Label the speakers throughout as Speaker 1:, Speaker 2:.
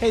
Speaker 1: Hey,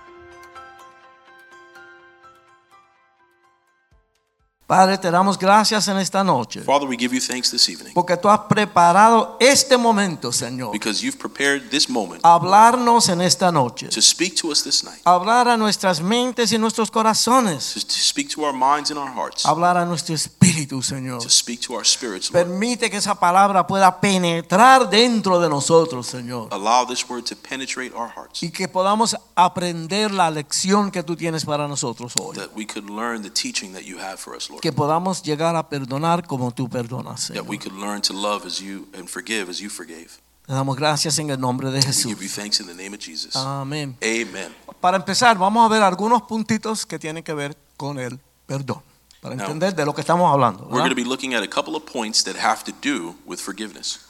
Speaker 2: Padre, te damos gracias en esta noche.
Speaker 3: Father, we give you thanks this evening
Speaker 2: Porque tú has preparado este momento, Señor.
Speaker 3: because you've prepared this moment
Speaker 2: a Hablarnos en esta noche.
Speaker 3: to speak to us this night,
Speaker 2: a Hablar a nuestras mentes y nuestros corazones.
Speaker 3: to, to speak to our minds and our hearts,
Speaker 2: a Hablar a nuestro espíritu, Señor.
Speaker 3: to speak to our spirits. Lord.
Speaker 2: Permite que esa palabra pueda penetrar dentro de nosotros, Señor.
Speaker 3: Allow this word to penetrate our hearts,
Speaker 2: Y que podamos aprender la lección que tú tienes para nosotros hoy.
Speaker 3: that we could learn the teaching that you have for us, Lord,
Speaker 2: Que podamos llegar a perdonar como tú perdonas. Señor.
Speaker 3: that we could learn to love as you and forgive as you forgave.
Speaker 2: Te damos gracias en el nombre de
Speaker 3: We
Speaker 2: Jesús.
Speaker 3: give you thanks in the name of Jesus.
Speaker 2: Amén.
Speaker 3: Amen.
Speaker 2: Para empezar, vamos a ver algunos puntitos que tienen que ver con el perdón, para
Speaker 3: No.
Speaker 2: entender de lo que estamos hablando.
Speaker 3: We're
Speaker 2: ¿verdad?
Speaker 3: going to be looking at a couple of points that have to do with forgiveness.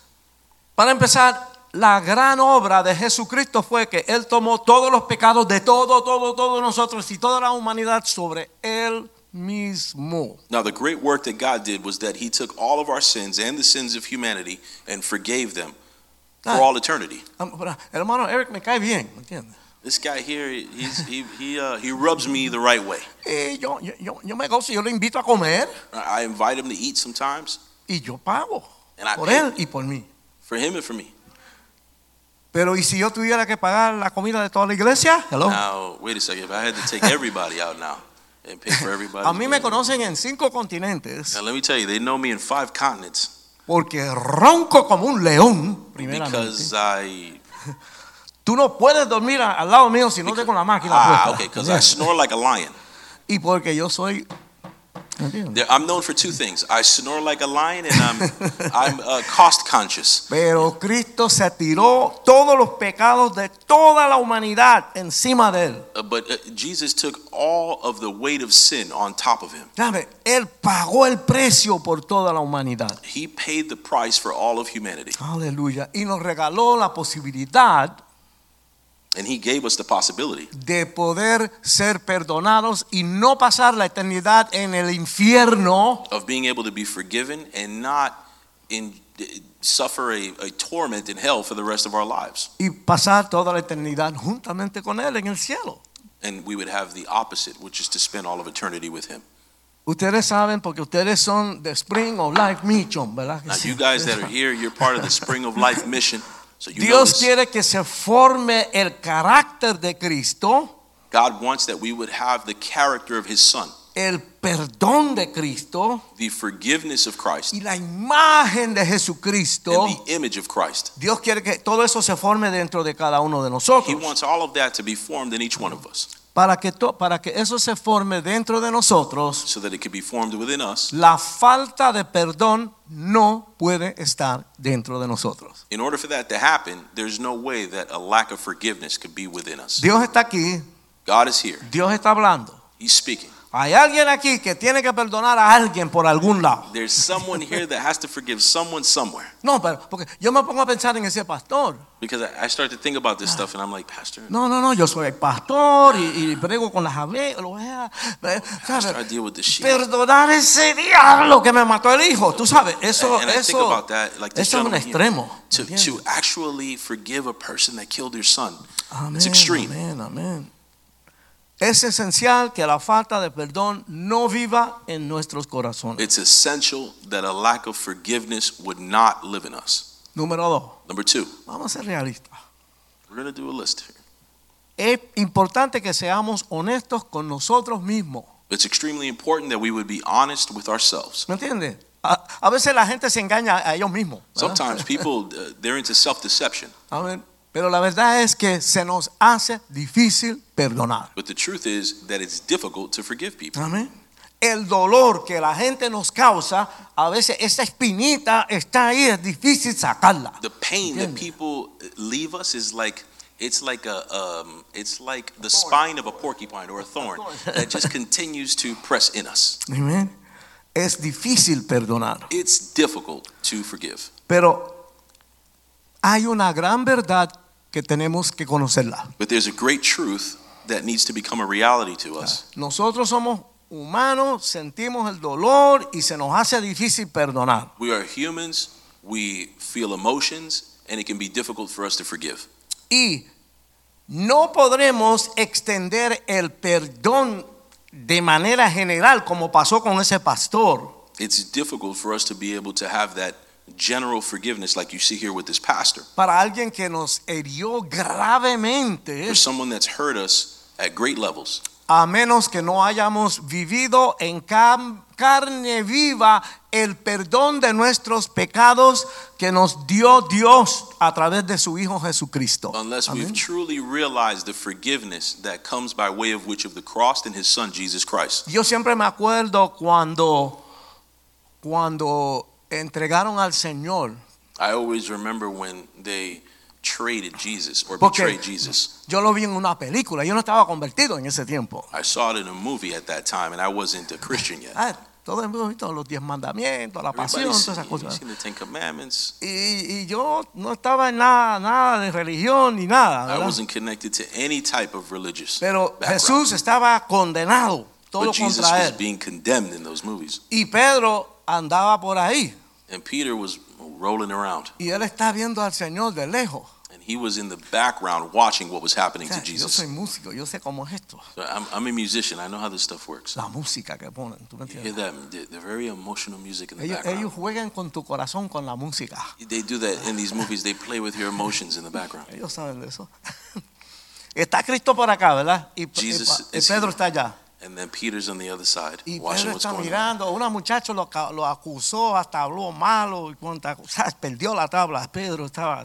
Speaker 2: Para empezar, la gran obra de Jesucristo fue que Él tomó todos los pecados de todo, todo, todos nosotros y toda la humanidad sobre Él mismo.
Speaker 3: Now, the great work that God did was that He took all of our sins and the sins of humanity and forgave them for
Speaker 2: Ah.
Speaker 3: all eternity.
Speaker 2: Am- pero, Hermano Eric me cae bien, ¿me entiendes?
Speaker 3: This guy here, he's, he, he, uh, he rubs me the right way.
Speaker 2: Y yo, yo, yo, yo me gozo, yo lo invito a comer
Speaker 3: I invite him to eat sometimes
Speaker 2: y yo pago
Speaker 3: And I
Speaker 2: por
Speaker 3: pay.
Speaker 2: Él y por mí.
Speaker 3: for him and for me.
Speaker 2: Pero ¿y si yo tuviera que pagar la comida de toda la iglesia? Hello.
Speaker 3: Now, wait a second. If I had to take everybody out now and pay for everybody,
Speaker 2: A mí me conocen en cinco continentes.
Speaker 3: Now, let me tell you, they know me in five continents
Speaker 2: Porque ronco como un león, primeramente.
Speaker 3: because I.
Speaker 2: Tú no puedes dormir a- al lado mío si no
Speaker 3: because-
Speaker 2: te con la máquina
Speaker 3: ah,
Speaker 2: puesta.
Speaker 3: okay, because I snore like a lion.
Speaker 2: Y porque yo soy... ¿entiendes?
Speaker 3: There- I'm known for two things I snore like a lion and I'm, I'm uh, cost conscious.
Speaker 2: Pero Cristo se tiró todos los pecados de toda la humanidad encima de él.
Speaker 3: Uh, but uh, Jesus took all of the weight of sin on top of him.
Speaker 2: ¿Sabe? Él pagó el precio por toda la humanidad.
Speaker 3: He paid the price for all of humanity.
Speaker 2: Aleluya. Y nos regaló la posibilidad
Speaker 3: And he gave us the possibility
Speaker 2: de poder ser perdonados y no pasar la eternidad en el infierno.
Speaker 3: of being able to be forgiven and not in, suffer a, a torment in hell for the rest of our lives.
Speaker 2: y pasar toda la eternidad juntamente con Él en el cielo.
Speaker 3: And we would have the opposite, which is to spend all of eternity with Him.
Speaker 2: Ustedes saben porque ustedes son de Spring of Life Mission, ¿verdad? que
Speaker 3: Now,
Speaker 2: sí?
Speaker 3: you guys that are here, you're part of the Spring of Life mission. So you know
Speaker 2: Dios
Speaker 3: this.
Speaker 2: quiere que se forme el carácter de Cristo,
Speaker 3: God wants that we would have the character of His Son,
Speaker 2: el perdón de Cristo
Speaker 3: the forgiveness of Christ,
Speaker 2: y la imagen de
Speaker 3: and
Speaker 2: Jesucristo.
Speaker 3: the image of Christ.
Speaker 2: Dios quiere que todo eso se forme dentro de cada uno de
Speaker 3: He
Speaker 2: nosotros.
Speaker 3: wants all of that to be formed in each one of us,
Speaker 2: Para que, to- para que eso se forme dentro de nosotros,
Speaker 3: so that it could be formed within us.
Speaker 2: la falta de perdón no puede estar dentro de nosotros.
Speaker 3: In order for that to happen, there's no way that a lack of forgiveness could be within us.
Speaker 2: Dios está aquí,
Speaker 3: God is here.
Speaker 2: Dios está hablando.
Speaker 3: He's speaking.
Speaker 2: Hay alguien aquí que tiene que perdonar a alguien por algún lado.
Speaker 3: There's someone here that has to forgive someone somewhere.
Speaker 2: No, pero porque yo me pongo a pensar en ese pastor.
Speaker 3: Because I, I start to think about this stuff and I'm like, Pastor,
Speaker 2: No, no, no, yo soy el pastor y, y prego con las ave- ovejas. eh,
Speaker 3: Pastor, I
Speaker 2: ¿sabes?
Speaker 3: deal with this shit.
Speaker 2: Perdonar a ese diablo que me mató el hijo. Tú sabes, eso,
Speaker 3: and, and I think
Speaker 2: eso,
Speaker 3: about that, like this
Speaker 2: eso es un
Speaker 3: gentleman here.
Speaker 2: extremo.
Speaker 3: To,
Speaker 2: ¿entiendes?
Speaker 3: to actually forgive a person that killed your son.
Speaker 2: Amén,
Speaker 3: It's extreme.
Speaker 2: amén, amén. Es esencial que la falta de perdón no viva en nuestros corazones.
Speaker 3: It's essential that a lack of forgiveness would not live in us.
Speaker 2: Número dos,
Speaker 3: Number two,
Speaker 2: vamos a ser realistas.
Speaker 3: we're going to do a list here.
Speaker 2: Es importante que seamos honestos con nosotros mismos.
Speaker 3: It's extremely important that we would be honest with ourselves.
Speaker 2: ¿Me entiendes? A, a veces la gente se engaña a ellos mismos. ¿verdad?
Speaker 3: Sometimes people, uh, they're into self deception.
Speaker 2: A ver, Pero la verdad es que se nos hace difícil perdonar.
Speaker 3: But the truth is that it's difficult to forgive people.
Speaker 2: Amén. El dolor que la gente nos causa, a veces esa espinita está ahí, es difícil sacarla.
Speaker 3: The pain
Speaker 2: Entiende.
Speaker 3: that people leave us is like it's like a um, it's like the spine of a porcupine or a thorn that just continues to press in us.
Speaker 2: Amén. Es difícil perdonar.
Speaker 3: It's difficult to forgive.
Speaker 2: Pero hay una gran verdad que tenemos que conocerla.
Speaker 3: But there's a great truth that needs to become a reality to us.
Speaker 2: Nosotros somos humanos, sentimos el dolor y se nos hace difícil perdonar.
Speaker 3: We are humans, we feel emotions, and it can be difficult for us to forgive.
Speaker 2: Y no podremos extender el perdón de manera general como pasó con ese pastor.
Speaker 3: It's difficult for us to be able to have that general forgiveness like you see here with this pastor.
Speaker 2: Para alguien que nos herió gravemente,
Speaker 3: For someone that's hurt us at great levels,
Speaker 2: a menos que no hayamos vivido en cam- carne viva el perdón de nuestros pecados que nos dio Dios a través de su Hijo Jesucristo.
Speaker 3: unless
Speaker 2: Amén.
Speaker 3: we've truly realized the forgiveness that comes by way of which of the cross and his son Jesus Christ.
Speaker 2: Yo siempre me acuerdo cuando cuando entregaron al Señor.
Speaker 3: I always remember when they traded Jesus or
Speaker 2: Porque-
Speaker 3: betrayed Jesus.
Speaker 2: Yo lo vi en una película, yo no estaba convertido en ese tiempo.
Speaker 3: I saw it in a movie at that time and I wasn't a Christian yet.
Speaker 2: Ah, todo el mundo ha visto los diez mandamientos, la pasión,
Speaker 3: Everybody's
Speaker 2: todas esas
Speaker 3: you've
Speaker 2: cosas.
Speaker 3: seen the Ten Commandments.
Speaker 2: Y, y yo no estaba en nada, nada de religión ni nada.
Speaker 3: I
Speaker 2: ¿verdad?
Speaker 3: wasn't connected to any type of religious
Speaker 2: Pero
Speaker 3: background.
Speaker 2: Jesús estaba condenado, todo
Speaker 3: but Jesus
Speaker 2: contra
Speaker 3: was
Speaker 2: él.
Speaker 3: being condemned in those movies.
Speaker 2: Y Pedro andaba por ahí
Speaker 3: And Peter was rolling around.
Speaker 2: y él está viendo al Señor de lejos.
Speaker 3: And he was in the background watching what was happening
Speaker 2: O sea,
Speaker 3: to
Speaker 2: yo
Speaker 3: Jesus.
Speaker 2: soy músico, yo sé cómo es esto.
Speaker 3: So I'm, I'm a musician. I know how this stuff works.
Speaker 2: La música que ponen, ¿tú me
Speaker 3: You
Speaker 2: entiendes?
Speaker 3: hear them. They're they're very emotional music in the
Speaker 2: Ellos, ellos
Speaker 3: background.
Speaker 2: juegan con tu corazón con la música.
Speaker 3: They do that in these movies. They play with your emotions in the background.
Speaker 2: Ellos saben de eso. Está Cristo por acá, ¿verdad? Y, y-
Speaker 3: Jesus
Speaker 2: y
Speaker 3: is
Speaker 2: Pedro
Speaker 3: here.
Speaker 2: está allá.
Speaker 3: And then Peter's on the other side
Speaker 2: Y
Speaker 3: watching
Speaker 2: Pedro
Speaker 3: what's
Speaker 2: está
Speaker 3: going on.
Speaker 2: mirando. Una muchacha lo, ca- lo acusó, hasta habló malo y cuánta cosa. Perdió la tabla. Pedro estaba.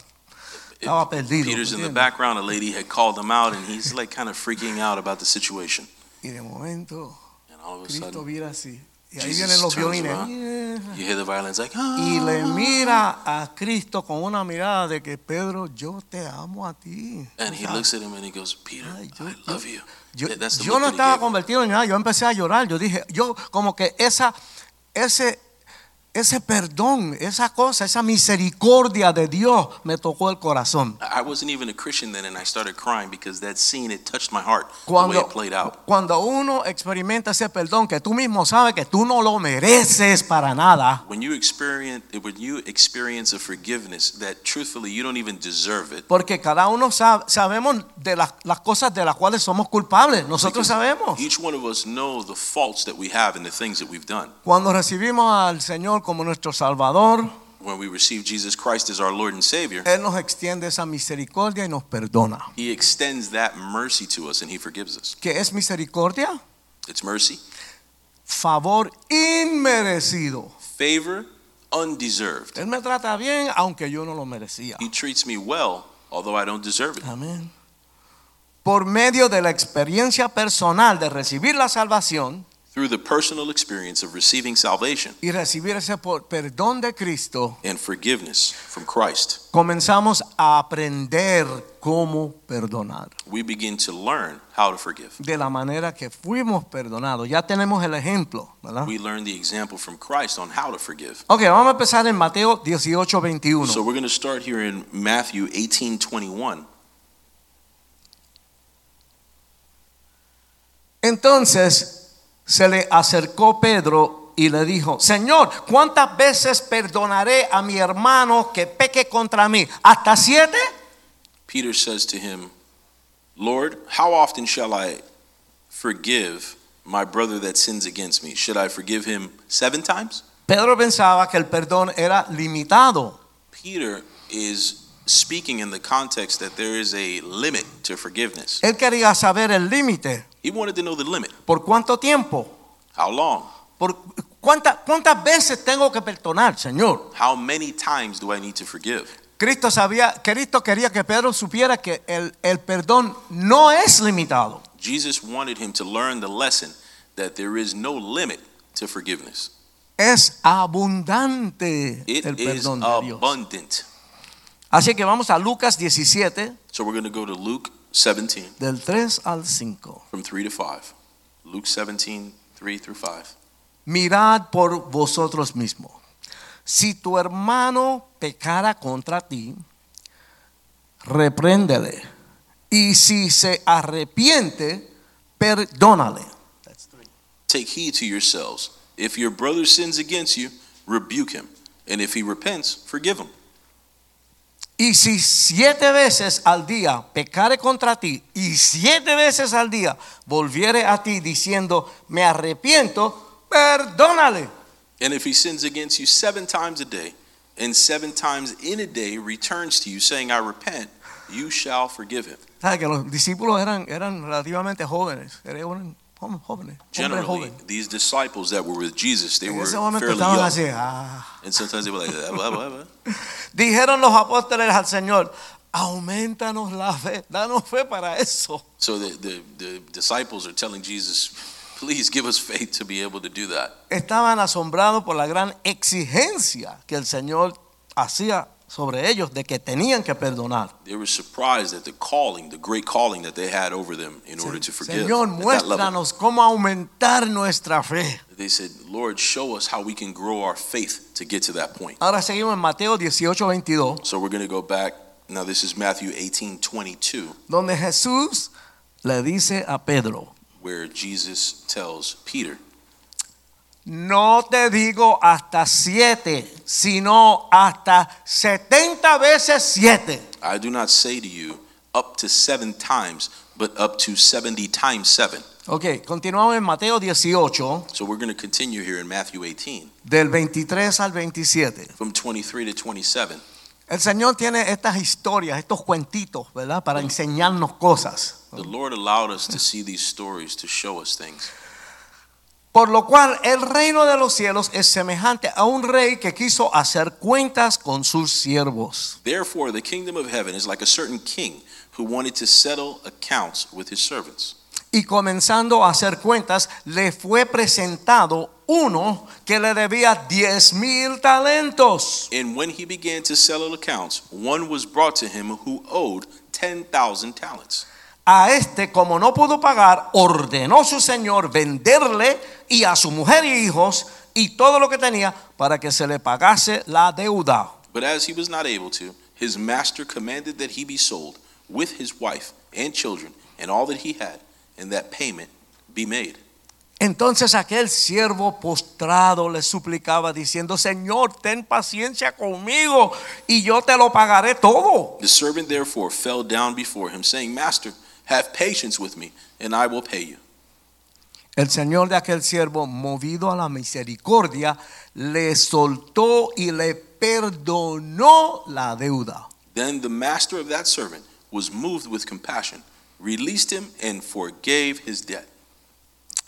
Speaker 2: Estaba perdido,
Speaker 3: Eh, Peter's in the
Speaker 2: ¿entiendes?
Speaker 3: background. A lady had called him out, and he's like kind of freaking out about the situation.
Speaker 2: Y de momento,
Speaker 3: And all of a
Speaker 2: Cristo
Speaker 3: sudden,
Speaker 2: mira así. Y ahí
Speaker 3: Jesus
Speaker 2: vienen los
Speaker 3: turns
Speaker 2: violines.
Speaker 3: you hear the violins like,
Speaker 2: Y le
Speaker 3: ah.
Speaker 2: mira a Cristo con una mirada de que Pedro, yo te amo a ti.
Speaker 3: And he
Speaker 2: O sea,
Speaker 3: looks at him and he goes, Peter,
Speaker 2: Ay, yo-
Speaker 3: I love you.
Speaker 2: Yo,
Speaker 3: That- That's the
Speaker 2: yo
Speaker 3: look
Speaker 2: no
Speaker 3: that he
Speaker 2: estaba
Speaker 3: gave him.
Speaker 2: convertido en nada, yo empecé a llorar, yo dije, yo como que esa, ese, ese perdón, esa cosa, esa misericordia de Dios me tocó el corazón.
Speaker 3: I wasn't even a Christian then, and I started crying because that scene it touched my heart the way
Speaker 2: Cuando,
Speaker 3: it played out.
Speaker 2: cuando uno experimenta ese perdón que tú mismo sabes que tú no lo mereces para nada,
Speaker 3: When you experience when you experience a forgiveness that truthfully you don't even deserve it.
Speaker 2: porque cada uno sabe, sabemos de las, las cosas de las cuales somos culpables, nosotros
Speaker 3: because
Speaker 2: sabemos.
Speaker 3: Each one of us know the faults that we have and the things that we've done.
Speaker 2: Cuando recibimos al Señor como nuestro Salvador,
Speaker 3: When we receive Jesus Christ as our Lord and Savior,
Speaker 2: Él nos extiende esa misericordia y nos perdona.
Speaker 3: He extends that mercy to us and He forgives us.
Speaker 2: que es misericordia,
Speaker 3: It's mercy,
Speaker 2: favor inmerecido.
Speaker 3: favor, undeserved.
Speaker 2: Él me trata bien aunque yo no lo merecía.
Speaker 3: He treats me well, although I don't deserve it.
Speaker 2: Amén. Por medio de la experiencia personal de recibir la salvación
Speaker 3: Through the personal experience of receiving salvation
Speaker 2: y recibir ese por- perdón de Cristo,
Speaker 3: and forgiveness from Christ.
Speaker 2: comenzamos a aprender cómo perdonar.
Speaker 3: we begin to learn how to forgive.
Speaker 2: De la manera que fuimos perdonados. Ya tenemos el ejemplo, ¿verdad?
Speaker 3: We learn the example from Christ on how to forgive.
Speaker 2: Ok, vamos a empezar en Mateo 18, 21.
Speaker 3: So we're going to start here in Matthew 18 21.
Speaker 2: Entonces se le acercó Pedro y le dijo, Señor, ¿cuántas veces perdonaré a mi hermano que peque contra mí? ¿Hasta siete?
Speaker 3: Peter says to him, Lord, how often shall I forgive my brother that sins against me? Should I forgive him seven times?
Speaker 2: Pedro pensaba que el perdón era limitado.
Speaker 3: Peter is speaking in the context that there is a limit to forgiveness.
Speaker 2: Él quería saber el límite.
Speaker 3: He wanted to know the limit.
Speaker 2: ¿Por cuánto tiempo?
Speaker 3: How long?
Speaker 2: ¿Por cuánta- ¿Cuántas veces tengo que perdonar, Señor?
Speaker 3: How many times do I need to forgive?
Speaker 2: Cristo, sabía, Cristo quería que Pedro supiera que el- el perdón no es limitado.
Speaker 3: Jesus wanted him to learn the lesson that there is no limit to forgiveness.
Speaker 2: Es abundante
Speaker 3: It
Speaker 2: el
Speaker 3: is
Speaker 2: perdón de Dios.
Speaker 3: abundant.
Speaker 2: Así que vamos a Lucas 17,
Speaker 3: So we're going to go to Luke 17
Speaker 2: del 3 al 5.
Speaker 3: from 3 to 5. Luke 17, 3 through 5.
Speaker 2: Mirad por vosotros mismos. Si tu hermano pecara contra ti, repréndele. Y si se arrepiente, perdónale.
Speaker 3: Take heed to yourselves. If your brother sins against you, rebuke him. And if he repents, forgive him.
Speaker 2: Y si siete veces al día pecare contra ti y siete veces al día volviere a ti diciendo, me arrepiento, perdónale.
Speaker 3: And if he sins against you seven times a day, and seven times in a day returns to you, saying, I repent, you shall forgive him.
Speaker 2: ¿Sabe que los discípulos eran, eran relativamente jóvenes? Eran jóvenes, jóvenes, hombres
Speaker 3: Generally,
Speaker 2: jóvenes.
Speaker 3: these disciples that were with Jesus, they
Speaker 2: En
Speaker 3: were
Speaker 2: ese momento
Speaker 3: fairly
Speaker 2: estaban
Speaker 3: young.
Speaker 2: así. ah.
Speaker 3: And sometimes they were like, "Ah, blah, blah, blah."
Speaker 2: Dijeron los apóstoles al Señor, aumentanos la fe, danos fe para eso.
Speaker 3: so the, the, the disciples are telling Jesus, please give us faith to be able to do that.
Speaker 2: Estaban asombrados por la gran exigencia que el Señor hacía sobre ellos de que tenían que perdonar.
Speaker 3: They were surprised at the calling, the great calling that they had over them in order to forgive.
Speaker 2: Señor,
Speaker 3: at that level.
Speaker 2: muéstranos cómo aumentar nuestra fe.
Speaker 3: They said, Lord, show us how we can grow our faith to get to that point.
Speaker 2: Ahora seguimos en Mateo 18, 22,
Speaker 3: So we're going to go back. Now, this is Matthew 18 22,
Speaker 2: donde Jesús le dice a Pedro,
Speaker 3: where Jesus tells Peter,
Speaker 2: no te digo hasta siete, sino hasta 70 veces siete.
Speaker 3: I do not say to you up to seven times, but up to 70 times seven.
Speaker 2: Ok, continuamos en Mateo 18,
Speaker 3: So we're going to continue here in Matthew 18,
Speaker 2: del 23 al 27.
Speaker 3: from 23 to 27.
Speaker 2: El Señor tiene estas historias, estos cuentitos, ¿verdad? Para enseñarnos cosas.
Speaker 3: The Lord allowed us to see these stories to show us things.
Speaker 2: Por lo cual el reino de los cielos es semejante a un rey que quiso hacer cuentas con sus siervos.
Speaker 3: Therefore, the kingdom of heaven is like a certain king who wanted to settle accounts with his servants.
Speaker 2: Y comenzando a hacer cuentas, le fue presentado uno que le debía 10 mil talentos.
Speaker 3: And when he began to settle accounts, one was brought to him who owed 10,000 talents.
Speaker 2: A este, como no pudo pagar, ordenó su señor venderle y a su mujer y hijos y todo lo que tenía para que se le pagase la deuda.
Speaker 3: But as he was not able to, his master commanded that he be sold with his wife and children and all that he had, and that payment be made.
Speaker 2: Entonces aquel siervo postrado le suplicaba diciendo, Señor, ten paciencia conmigo y yo te lo pagaré todo.
Speaker 3: The servant therefore fell down before him, saying, Master, have patience with me, and I will pay you.
Speaker 2: El Señor de aquel siervo, movido a la misericordia, le soltó y le perdonó la deuda.
Speaker 3: Then the master of that servant was moved with compassion, released him, and forgave his debt.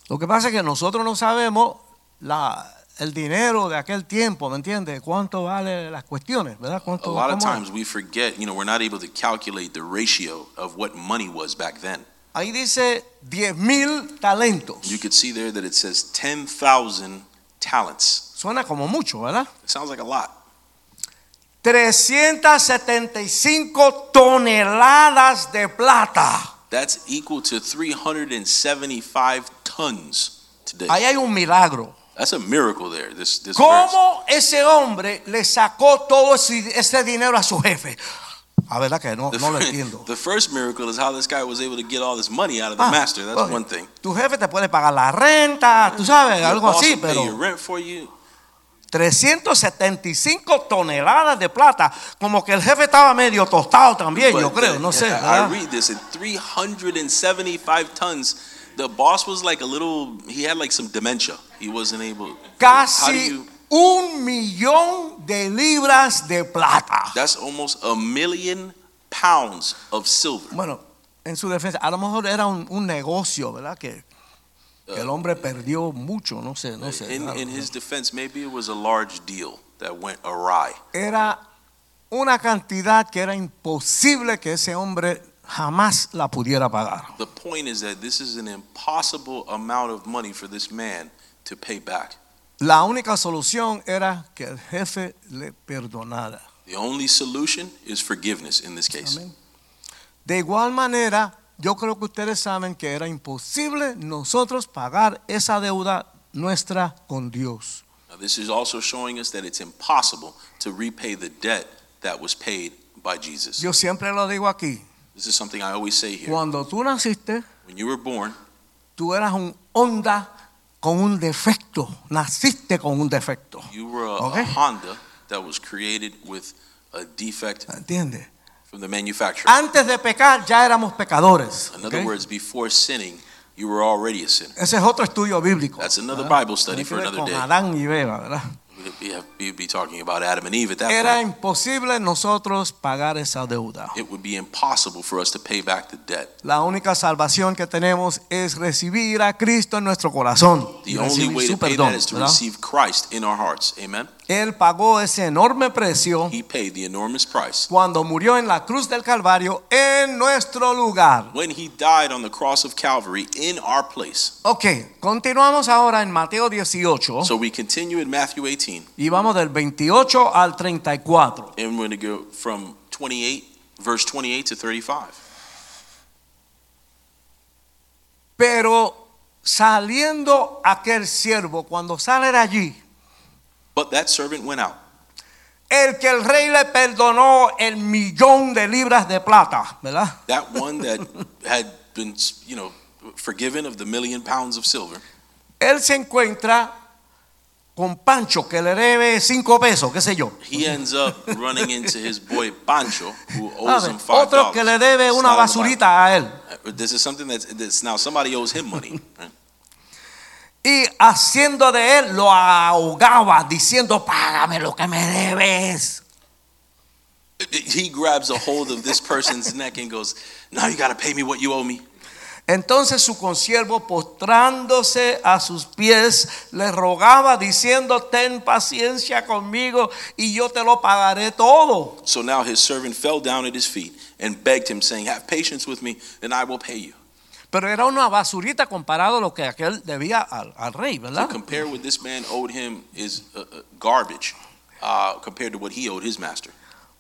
Speaker 2: Lo que pasa es que nosotros no sabemos la- el dinero de aquel tiempo, ¿me entiendes? ¿Cuánto vale las cuestiones, verdad?
Speaker 3: A
Speaker 2: ¿Cuánto,
Speaker 3: lot of
Speaker 2: cómo es?
Speaker 3: times we forget, you know, we're not able to calculate the ratio of what money was back then.
Speaker 2: Ahí dice 10 mil talentos.
Speaker 3: You could see there that it says 10,000 talents.
Speaker 2: Suena como mucho, ¿verdad?
Speaker 3: It sounds like a lot.
Speaker 2: 375 toneladas de plata.
Speaker 3: That's equal to 375 tons today.
Speaker 2: Ahí hay un milagro.
Speaker 3: That's a miracle there. This this verse.
Speaker 2: ¿Cómo ese hombre le sacó todo ese, ese dinero a su jefe? A verdad que no,
Speaker 3: The,
Speaker 2: no lo
Speaker 3: fir-
Speaker 2: entiendo.
Speaker 3: the first miracle is how this guy was able to get all this money out of the
Speaker 2: Ah,
Speaker 3: master. That's
Speaker 2: oye,
Speaker 3: one thing.
Speaker 2: Tu jefe te puede pagar la renta, tú sabes,
Speaker 3: Your
Speaker 2: algo
Speaker 3: boss
Speaker 2: así,
Speaker 3: will pay your
Speaker 2: pero
Speaker 3: rent for you.
Speaker 2: 375 toneladas de plata. Como que el jefe estaba medio tostado también, yo
Speaker 3: But
Speaker 2: creo,
Speaker 3: the-
Speaker 2: no sé.
Speaker 3: yeah,
Speaker 2: ¿verdad?
Speaker 3: I read this in 375 tons. The boss was like a little. He had like some dementia. He wasn't able. How do
Speaker 2: Casi
Speaker 3: you?
Speaker 2: un millón de libras de plata.
Speaker 3: That's almost a million pounds of silver.
Speaker 2: Bueno, en su defensa, a lo mejor era un, un negocio, ¿verdad? Que, que el hombre perdió mucho, no sé, no sé.
Speaker 3: In,
Speaker 2: claro.
Speaker 3: in his defense, maybe it was a large deal that went awry.
Speaker 2: Era una cantidad que era imposible que ese hombre jamás la pudiera pagar.
Speaker 3: The point is that this is an impossible amount of money for this man to pay back.
Speaker 2: La única solución era que el jefe le perdonara.
Speaker 3: The only solution is forgiveness in this case.
Speaker 2: Amén. De igual manera, yo creo que ustedes saben que era imposible nosotros pagar esa deuda nuestra con Dios.
Speaker 3: Now, this is also showing us that it's impossible to repay the debt that was paid by Jesus.
Speaker 2: Yo siempre lo digo aquí.
Speaker 3: This is something I always say here.
Speaker 2: Cuando tú naciste,
Speaker 3: When you were born,
Speaker 2: tú eras un onda con un defecto. Naciste con un defecto.
Speaker 3: you were a,
Speaker 2: Okay.
Speaker 3: a Honda that was created with a defect
Speaker 2: ¿Entiendes?
Speaker 3: from the manufacturer.
Speaker 2: Antes de pecar ya éramos pecadores.
Speaker 3: In
Speaker 2: ¿ok?
Speaker 3: other words, before sinning, you were already a sinner.
Speaker 2: Ese es otro estudio bíblico.
Speaker 3: That's another
Speaker 2: ¿verdad?
Speaker 3: Bible study
Speaker 2: Tiene que
Speaker 3: for
Speaker 2: ver
Speaker 3: another
Speaker 2: con
Speaker 3: day.
Speaker 2: Adán y Eva, ¿verdad?
Speaker 3: We'd be, we'd be talking about Adam and Eve at that
Speaker 2: Era
Speaker 3: point.
Speaker 2: imposible nosotros pagar esa deuda.
Speaker 3: It would be impossible for us to pay back the debt.
Speaker 2: La única salvación que tenemos es recibir a Cristo en nuestro corazón.
Speaker 3: The
Speaker 2: y
Speaker 3: only
Speaker 2: recibir
Speaker 3: way to
Speaker 2: su
Speaker 3: pay
Speaker 2: perdón,
Speaker 3: that is to
Speaker 2: ¿verdad?
Speaker 3: receive Christ in our hearts. Amen.
Speaker 2: Él pagó ese enorme precio
Speaker 3: He paid the enormous price.
Speaker 2: cuando murió en la cruz del Calvario en nuestro lugar.
Speaker 3: When he died on the cross of Calvary in our place.
Speaker 2: Ok, continuamos ahora en Mateo 18
Speaker 3: So we continue in Matthew 18,
Speaker 2: y vamos del 28 al 34.
Speaker 3: and we're going to go from 28, verse 28 to 35.
Speaker 2: Pero saliendo aquel siervo, cuando sale de allí,
Speaker 3: But that servant went out,
Speaker 2: el que el rey le perdonó el millón de libras de plata, ¿verdad?
Speaker 3: that one that had been, you know, forgiven of the million pounds of silver.
Speaker 2: Él se encuentra con Pancho, que le debe cinco pesos, qué sé yo.
Speaker 3: He ends up running into his boy Pancho, who owes
Speaker 2: ¿Sabe?
Speaker 3: him Oh, five
Speaker 2: Otro
Speaker 3: dollars.
Speaker 2: que le debe una basurita a él.
Speaker 3: Uh, This is something that's, that's now somebody owes him money. right?
Speaker 2: Y haciendo de él lo ahogaba, diciendo, págame lo que me debes.
Speaker 3: he grabs a hold of this person's neck and goes, "Now you got to pay me what you owe me."
Speaker 2: Entonces su consiervo, postrándose a sus pies, le rogaba, diciendo, ten paciencia conmigo y yo te lo pagaré todo.
Speaker 3: So now his servant fell down at his feet and begged him, saying, "Have patience with me, and I will pay you."
Speaker 2: Pero era una basurita comparado a lo que aquel debía al, al rey,
Speaker 3: To
Speaker 2: ¿verdad?
Speaker 3: compare what this man owed him is uh, uh, garbage uh, compared to what he owed his master.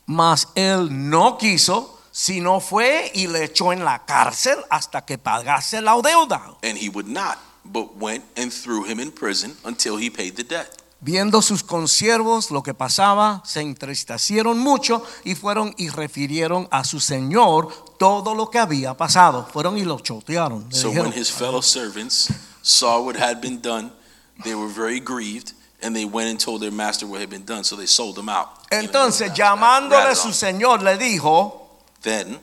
Speaker 2: Mas él no quiso, sino fue y le echó en la cárcel hasta que pagase la deuda.
Speaker 3: And he would not, but went and threw him in prison until he paid the debt.
Speaker 2: Viendo sus consiervos lo que pasaba, se entristecieron mucho y fueron y refirieron a su señor todo lo que había pasado. Fueron y lo chotearon. Le
Speaker 3: So
Speaker 2: dijeron,
Speaker 3: when his fellow servants saw what had been done, they were very grieved, and they went and told their master what had been done. So they sold him out.
Speaker 2: Entonces,
Speaker 3: You know, ratted
Speaker 2: llamándole
Speaker 3: on
Speaker 2: su
Speaker 3: him.
Speaker 2: señor, le dijo,
Speaker 3: Then,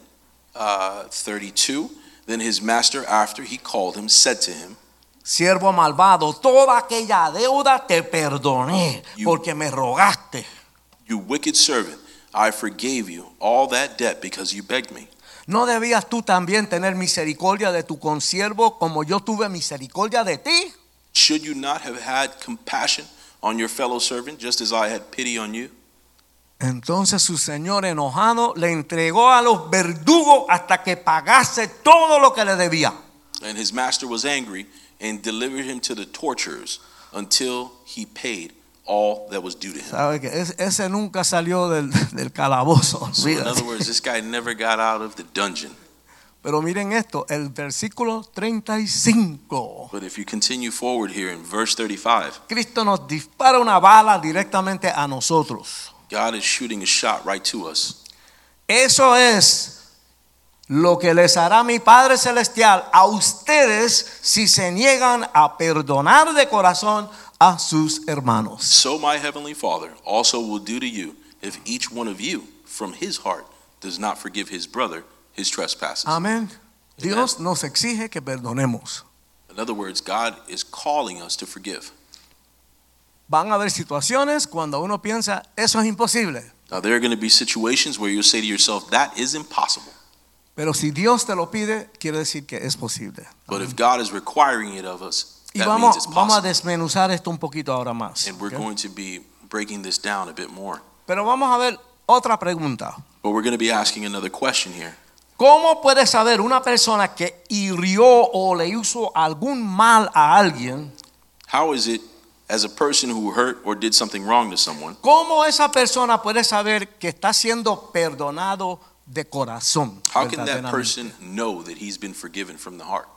Speaker 3: uh, 32, then his master, after he called him, said to him,
Speaker 2: siervo malvado, toda aquella deuda te perdoné
Speaker 3: You-
Speaker 2: porque me rogaste.
Speaker 3: You wicked servant, I forgave you all that debt because you begged me.
Speaker 2: ¿No debías tú también tener misericordia de tu consiervo como yo tuve misericordia de ti?
Speaker 3: Should you not have had compassion on your fellow servant, just as I had pity on you?
Speaker 2: Entonces su señor enojado le entregó a los verdugos hasta que pagase todo lo que le debía.
Speaker 3: And his master was angry and delivered him to the torturers until he paid all that was due to him.
Speaker 2: ¿Sabe que es- ese nunca salió del, del calabozo.
Speaker 3: So, in
Speaker 2: olvídate.
Speaker 3: other words, this guy never got out of the dungeon.
Speaker 2: Pero miren esto, el versículo 35.
Speaker 3: But if you continue forward here in verse 35,
Speaker 2: Cristo nos dispara una bala directamente a nosotros.
Speaker 3: God is shooting a shot right to us.
Speaker 2: Eso es lo que les hará mi Padre Celestial a ustedes si se niegan a perdonar de corazón a sus hermanos.
Speaker 3: So my heavenly Father also will do to you if each one of you from his heart does not forgive his brother his trespasses.
Speaker 2: Amén. Dios nos exige que perdonemos.
Speaker 3: In other words, God is calling us to forgive.
Speaker 2: Van a haber situaciones cuando uno piensa, eso es imposible.
Speaker 3: Now, there are going to be situations where you'll say to yourself, that is impossible.
Speaker 2: Pero si Dios te lo pide, quiere decir que es posible.
Speaker 3: But if God is requiring it of us,
Speaker 2: Y
Speaker 3: that means
Speaker 2: vamos,
Speaker 3: it's
Speaker 2: vamos a
Speaker 3: possible.
Speaker 2: desmenuzar esto un poquito ahora más.
Speaker 3: And we're
Speaker 2: ¿ok?
Speaker 3: going to be breaking this down a bit more.
Speaker 2: Pero vamos a ver otra pregunta.
Speaker 3: But we're going to be asking another question here.
Speaker 2: ¿Cómo puede saber una persona que hirió o le hizo algún mal a alguien?
Speaker 3: How is it, as a person who hurt or did something wrong to someone,
Speaker 2: ¿Cómo esa persona puede saber que está siendo perdonado de corazón?
Speaker 3: how can that
Speaker 2: verdaderamente?
Speaker 3: person know that he's been forgiven from the heart?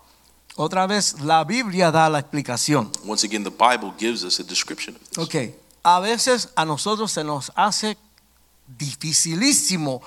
Speaker 2: Otra vez, la Biblia da la explicación.
Speaker 3: Once again, the Bible gives us a description of this.
Speaker 2: Ok, a veces a nosotros se nos hace dificilísimo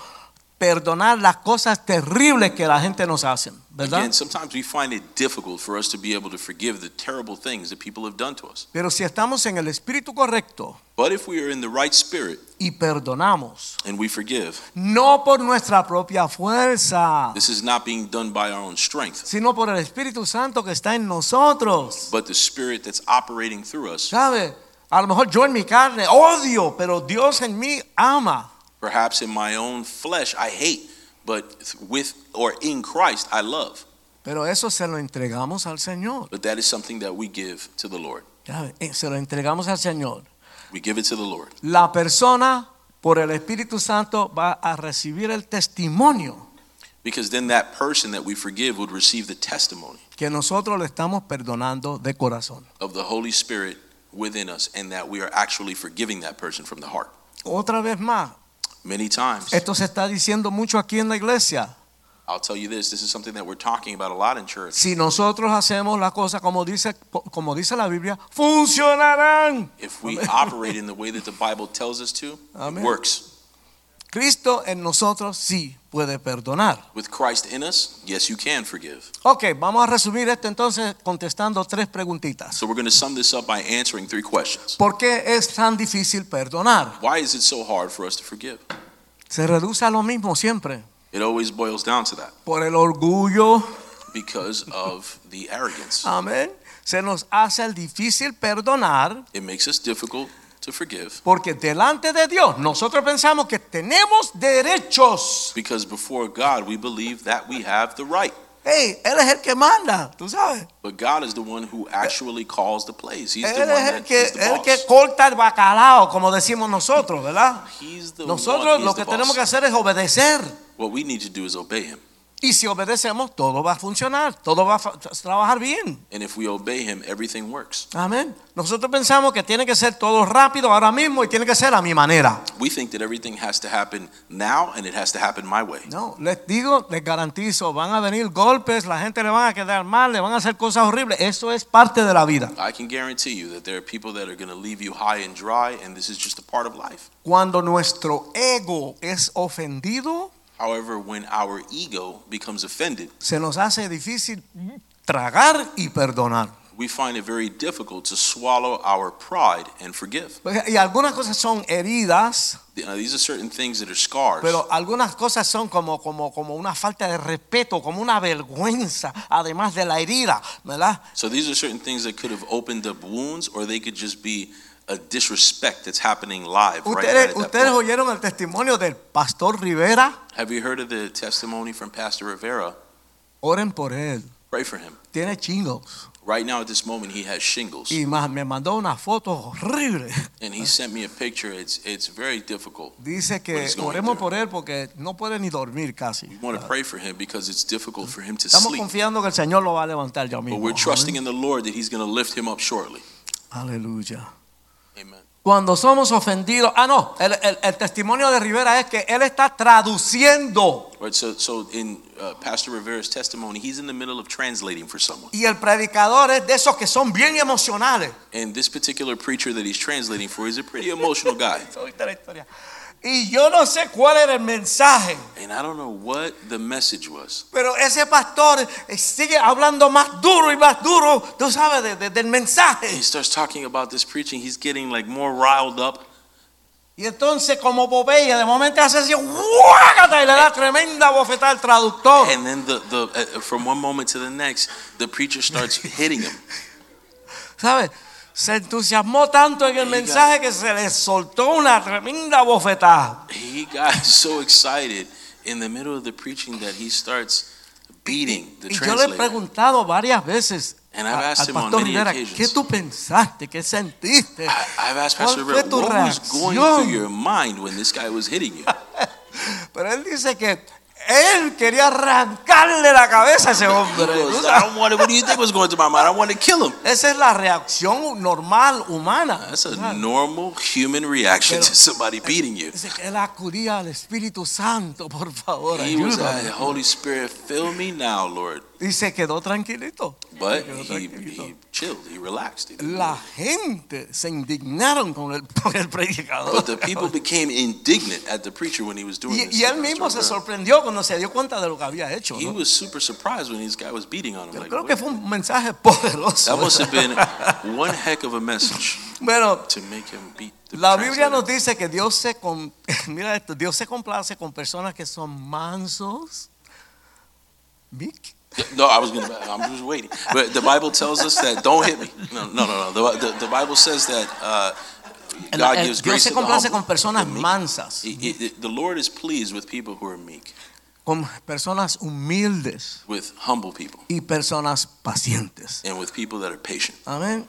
Speaker 2: perdonar las cosas terribles que la gente nos hace, ¿verdad?
Speaker 3: Again, sometimes we find it difficult for us to be able to forgive the terrible things that people have done to us.
Speaker 2: Pero si estamos en el espíritu correcto
Speaker 3: But if we are in the right spirit
Speaker 2: y perdonamos,
Speaker 3: and we forgive,
Speaker 2: no por nuestra propia fuerza,
Speaker 3: this is not being done by our own strength,
Speaker 2: sino por el Espíritu Santo que está en nosotros,
Speaker 3: but the spirit that's operating through us.
Speaker 2: ¿sabe? A lo mejor yo en mi carne odio, pero Dios en mí ama.
Speaker 3: Perhaps in my own flesh I hate, but with or in Christ I love.
Speaker 2: Pero eso se lo entregamos al Señor.
Speaker 3: But that is something that we give to the Lord.
Speaker 2: ¿sabe? Eh, Se lo entregamos al Señor.
Speaker 3: We give it to the Lord.
Speaker 2: La persona por el Espíritu Santo va a recibir el testimonio
Speaker 3: Because then that person that we forgive would receive the testimony
Speaker 2: que nosotros le estamos perdonando de corazón.
Speaker 3: of the Holy Spirit within us and that we are actually forgiving that person from the heart.
Speaker 2: Otra vez más,
Speaker 3: Many times,
Speaker 2: esto se está diciendo mucho aquí en la iglesia.
Speaker 3: I'll tell you this this is something that we're talking about a lot in church.
Speaker 2: Si nosotros hacemos las cosas como dice, como dice la Biblia, funcionarán.
Speaker 3: If we operate in the way that the Bible tells us to,
Speaker 2: Amen.
Speaker 3: it works.
Speaker 2: Cristo en nosotros sí puede perdonar.
Speaker 3: With Christ in us, yes, you can forgive.
Speaker 2: Ok, vamos a resumir esto entonces contestando tres preguntitas.
Speaker 3: So we're going to sum this up by answering three questions.
Speaker 2: ¿Por qué es tan difícil perdonar?
Speaker 3: Why is it so hard for us to forgive?
Speaker 2: Se reduce a lo mismo siempre.
Speaker 3: It always boils down to that
Speaker 2: Por el orgullo.
Speaker 3: because of the arrogance.
Speaker 2: Amén. Se nos hace el difícil perdonar
Speaker 3: It makes us difficult to forgive
Speaker 2: porque delante de Dios nosotros pensamos que tenemos derechos.
Speaker 3: because before God we believe that we have the right.
Speaker 2: Hey, Él es el que manda, tú sabes.
Speaker 3: But God is the one who actually calls the plays. He's the one
Speaker 2: Él es el
Speaker 3: that
Speaker 2: que,
Speaker 3: he's the
Speaker 2: el que
Speaker 3: boss.
Speaker 2: corta el bacalao, como decimos nosotros, ¿verdad?
Speaker 3: He's the one.
Speaker 2: Nosotros
Speaker 3: He's
Speaker 2: lo
Speaker 3: the
Speaker 2: que tenemos
Speaker 3: boss.
Speaker 2: que hacer es obedecer.
Speaker 3: What we need to do is obey him.
Speaker 2: Y si obedecemos, todo va a funcionar, todo va a fa- trabajar bien.
Speaker 3: And if we obey him, everything works.
Speaker 2: Amén. Nosotros pensamos que tiene que ser todo rápido ahora mismo y tiene que ser a mi manera.
Speaker 3: We think that everything has to happen now and it has to happen my way.
Speaker 2: No, les digo, les garantizo, van a venir golpes, la gente le van a quedar mal, le van a hacer cosas horribles. Eso es parte de la vida.
Speaker 3: I can guarantee you that there are people that are going to leave you high and dry, and this is just a part of life.
Speaker 2: Cuando nuestro ego es ofendido,
Speaker 3: However, when our ego becomes offended,
Speaker 2: se nos hace difícil tragar y perdonar.
Speaker 3: we find it very difficult to swallow our pride and forgive.
Speaker 2: Porque- Y algunas cosas son heridas,
Speaker 3: Now, these are certain things that are scars,
Speaker 2: pero algunas cosas son como, como, como una falta de respeto, como una vergüenza, además de la herida, ¿verdad?
Speaker 3: So these are certain things that could have opened up wounds, or they could just be a disrespect that's happening live right now.
Speaker 2: Ustedes,
Speaker 3: at that
Speaker 2: ustedes
Speaker 3: point.
Speaker 2: oyeron el testimonio del pastor Rivera,
Speaker 3: Have you heard of the testimony from Pastor Rivera?
Speaker 2: oren por él,
Speaker 3: Pray for him.
Speaker 2: tiene chingos.
Speaker 3: Right now, at this moment, he has shingles,
Speaker 2: Y ma- me mandó una foto horrible.
Speaker 3: and he sent me a picture. It's it's very difficult.
Speaker 2: Dice
Speaker 3: What
Speaker 2: que
Speaker 3: is going
Speaker 2: oremos
Speaker 3: through?
Speaker 2: por él porque no puede ni dormir casi.
Speaker 3: We want to pray for him because it's difficult for him to
Speaker 2: Estamos
Speaker 3: sleep.
Speaker 2: confiando que el Señor lo va a levantar ya
Speaker 3: But
Speaker 2: mismo.
Speaker 3: we're trusting in the Lord that He's going to lift him up shortly.
Speaker 2: Aleluya.
Speaker 3: Amen.
Speaker 2: Cuando somos ofendidos, ah no, el, el- el testimonio de Rivera es que él está traduciendo
Speaker 3: Right. So, so in uh, Pastor Rivera's testimony, he's in the middle of translating for someone,
Speaker 2: y el predicador es de esos que son bien emocionales.
Speaker 3: and this particular preacher that he's translating for is a pretty emotional guy.
Speaker 2: Eso es la historia. Y yo no sé cuál era el mensaje,
Speaker 3: And I don't know what the message was,
Speaker 2: pero ese pastor eh, sigue hablando más duro y más duro, tú sabes, de- de- del mensaje.
Speaker 3: he starts talking about this preaching. He's getting like more riled up,
Speaker 2: Y entonces como Popeye de momento hace así, ¡guácata! y le da tremenda bofetada al traductor.
Speaker 3: and then the the uh, from one moment to the next, the preacher starts hitting him.
Speaker 2: ¿Sabes? Se entusiasmó tanto en el
Speaker 3: Diga.
Speaker 2: mensaje que se le soltó una tremenda bofetada.
Speaker 3: He got so excited in the middle of the preaching that he starts beating the
Speaker 2: Y yo le he
Speaker 3: translator.
Speaker 2: preguntado varias veces
Speaker 3: And I've
Speaker 2: a- al
Speaker 3: asked him on
Speaker 2: pastor
Speaker 3: many
Speaker 2: Rivera,
Speaker 3: occasions.
Speaker 2: ¿qué tú pensaste? ¿Qué sentiste?
Speaker 3: I, I've asked
Speaker 2: ¿Cuál
Speaker 3: Pastor
Speaker 2: fue
Speaker 3: Rivera,
Speaker 2: tu
Speaker 3: what was going
Speaker 2: reacción?"
Speaker 3: through your mind when this guy was hitting you?
Speaker 2: Pero él dice que Él quería arrancarle la cabeza a ese
Speaker 3: He
Speaker 2: hombre.
Speaker 3: goes, I don't want to. What do you think was going through my mind? I want to kill him.
Speaker 2: Esa es la reacción normal humana.
Speaker 3: That's a normal human reaction to somebody beating you.
Speaker 2: Dice que él acudía al Espíritu Santo, por favor.
Speaker 3: He was
Speaker 2: ayúdame.
Speaker 3: like, Holy Spirit, fill me now, Lord.
Speaker 2: Y se quedó tranquilito.
Speaker 3: But
Speaker 2: Se quedó
Speaker 3: he,
Speaker 2: tranquilito.
Speaker 3: he chilled. He relaxed. He didn't
Speaker 2: La gente se indignaron con el, con el predicador.
Speaker 3: But the people became indignant at the preacher when he was doing this.
Speaker 2: Y, y él mismo se sorprendió cuando se dio cuenta de lo que había hecho.
Speaker 3: He
Speaker 2: ¿no?
Speaker 3: was super surprised when this guy was beating on him.
Speaker 2: Yo
Speaker 3: Like,
Speaker 2: creo
Speaker 3: "What?"
Speaker 2: que fue un mensaje poderoso.
Speaker 3: that must have been one heck of a message
Speaker 2: Bueno,
Speaker 3: to make him beat the
Speaker 2: la Biblia
Speaker 3: translator.
Speaker 2: nos dice que Dios se, com- mira esto, Dios se complace con personas que son mansos. Vic.
Speaker 3: No, I was gonna. I'm just waiting. But the Bible tells us that. Don't hit me. No, no, no, no. The, the, the Bible says that uh, God
Speaker 2: Eh, Dios
Speaker 3: gives grace
Speaker 2: se
Speaker 3: to the
Speaker 2: complace
Speaker 3: humble.
Speaker 2: con personas
Speaker 3: The meek.
Speaker 2: mansas,
Speaker 3: He- he- the Lord is pleased with people who are meek,
Speaker 2: con personas humildes
Speaker 3: with humble people,
Speaker 2: y personas pacientes.
Speaker 3: and with people that are patient.
Speaker 2: Amén.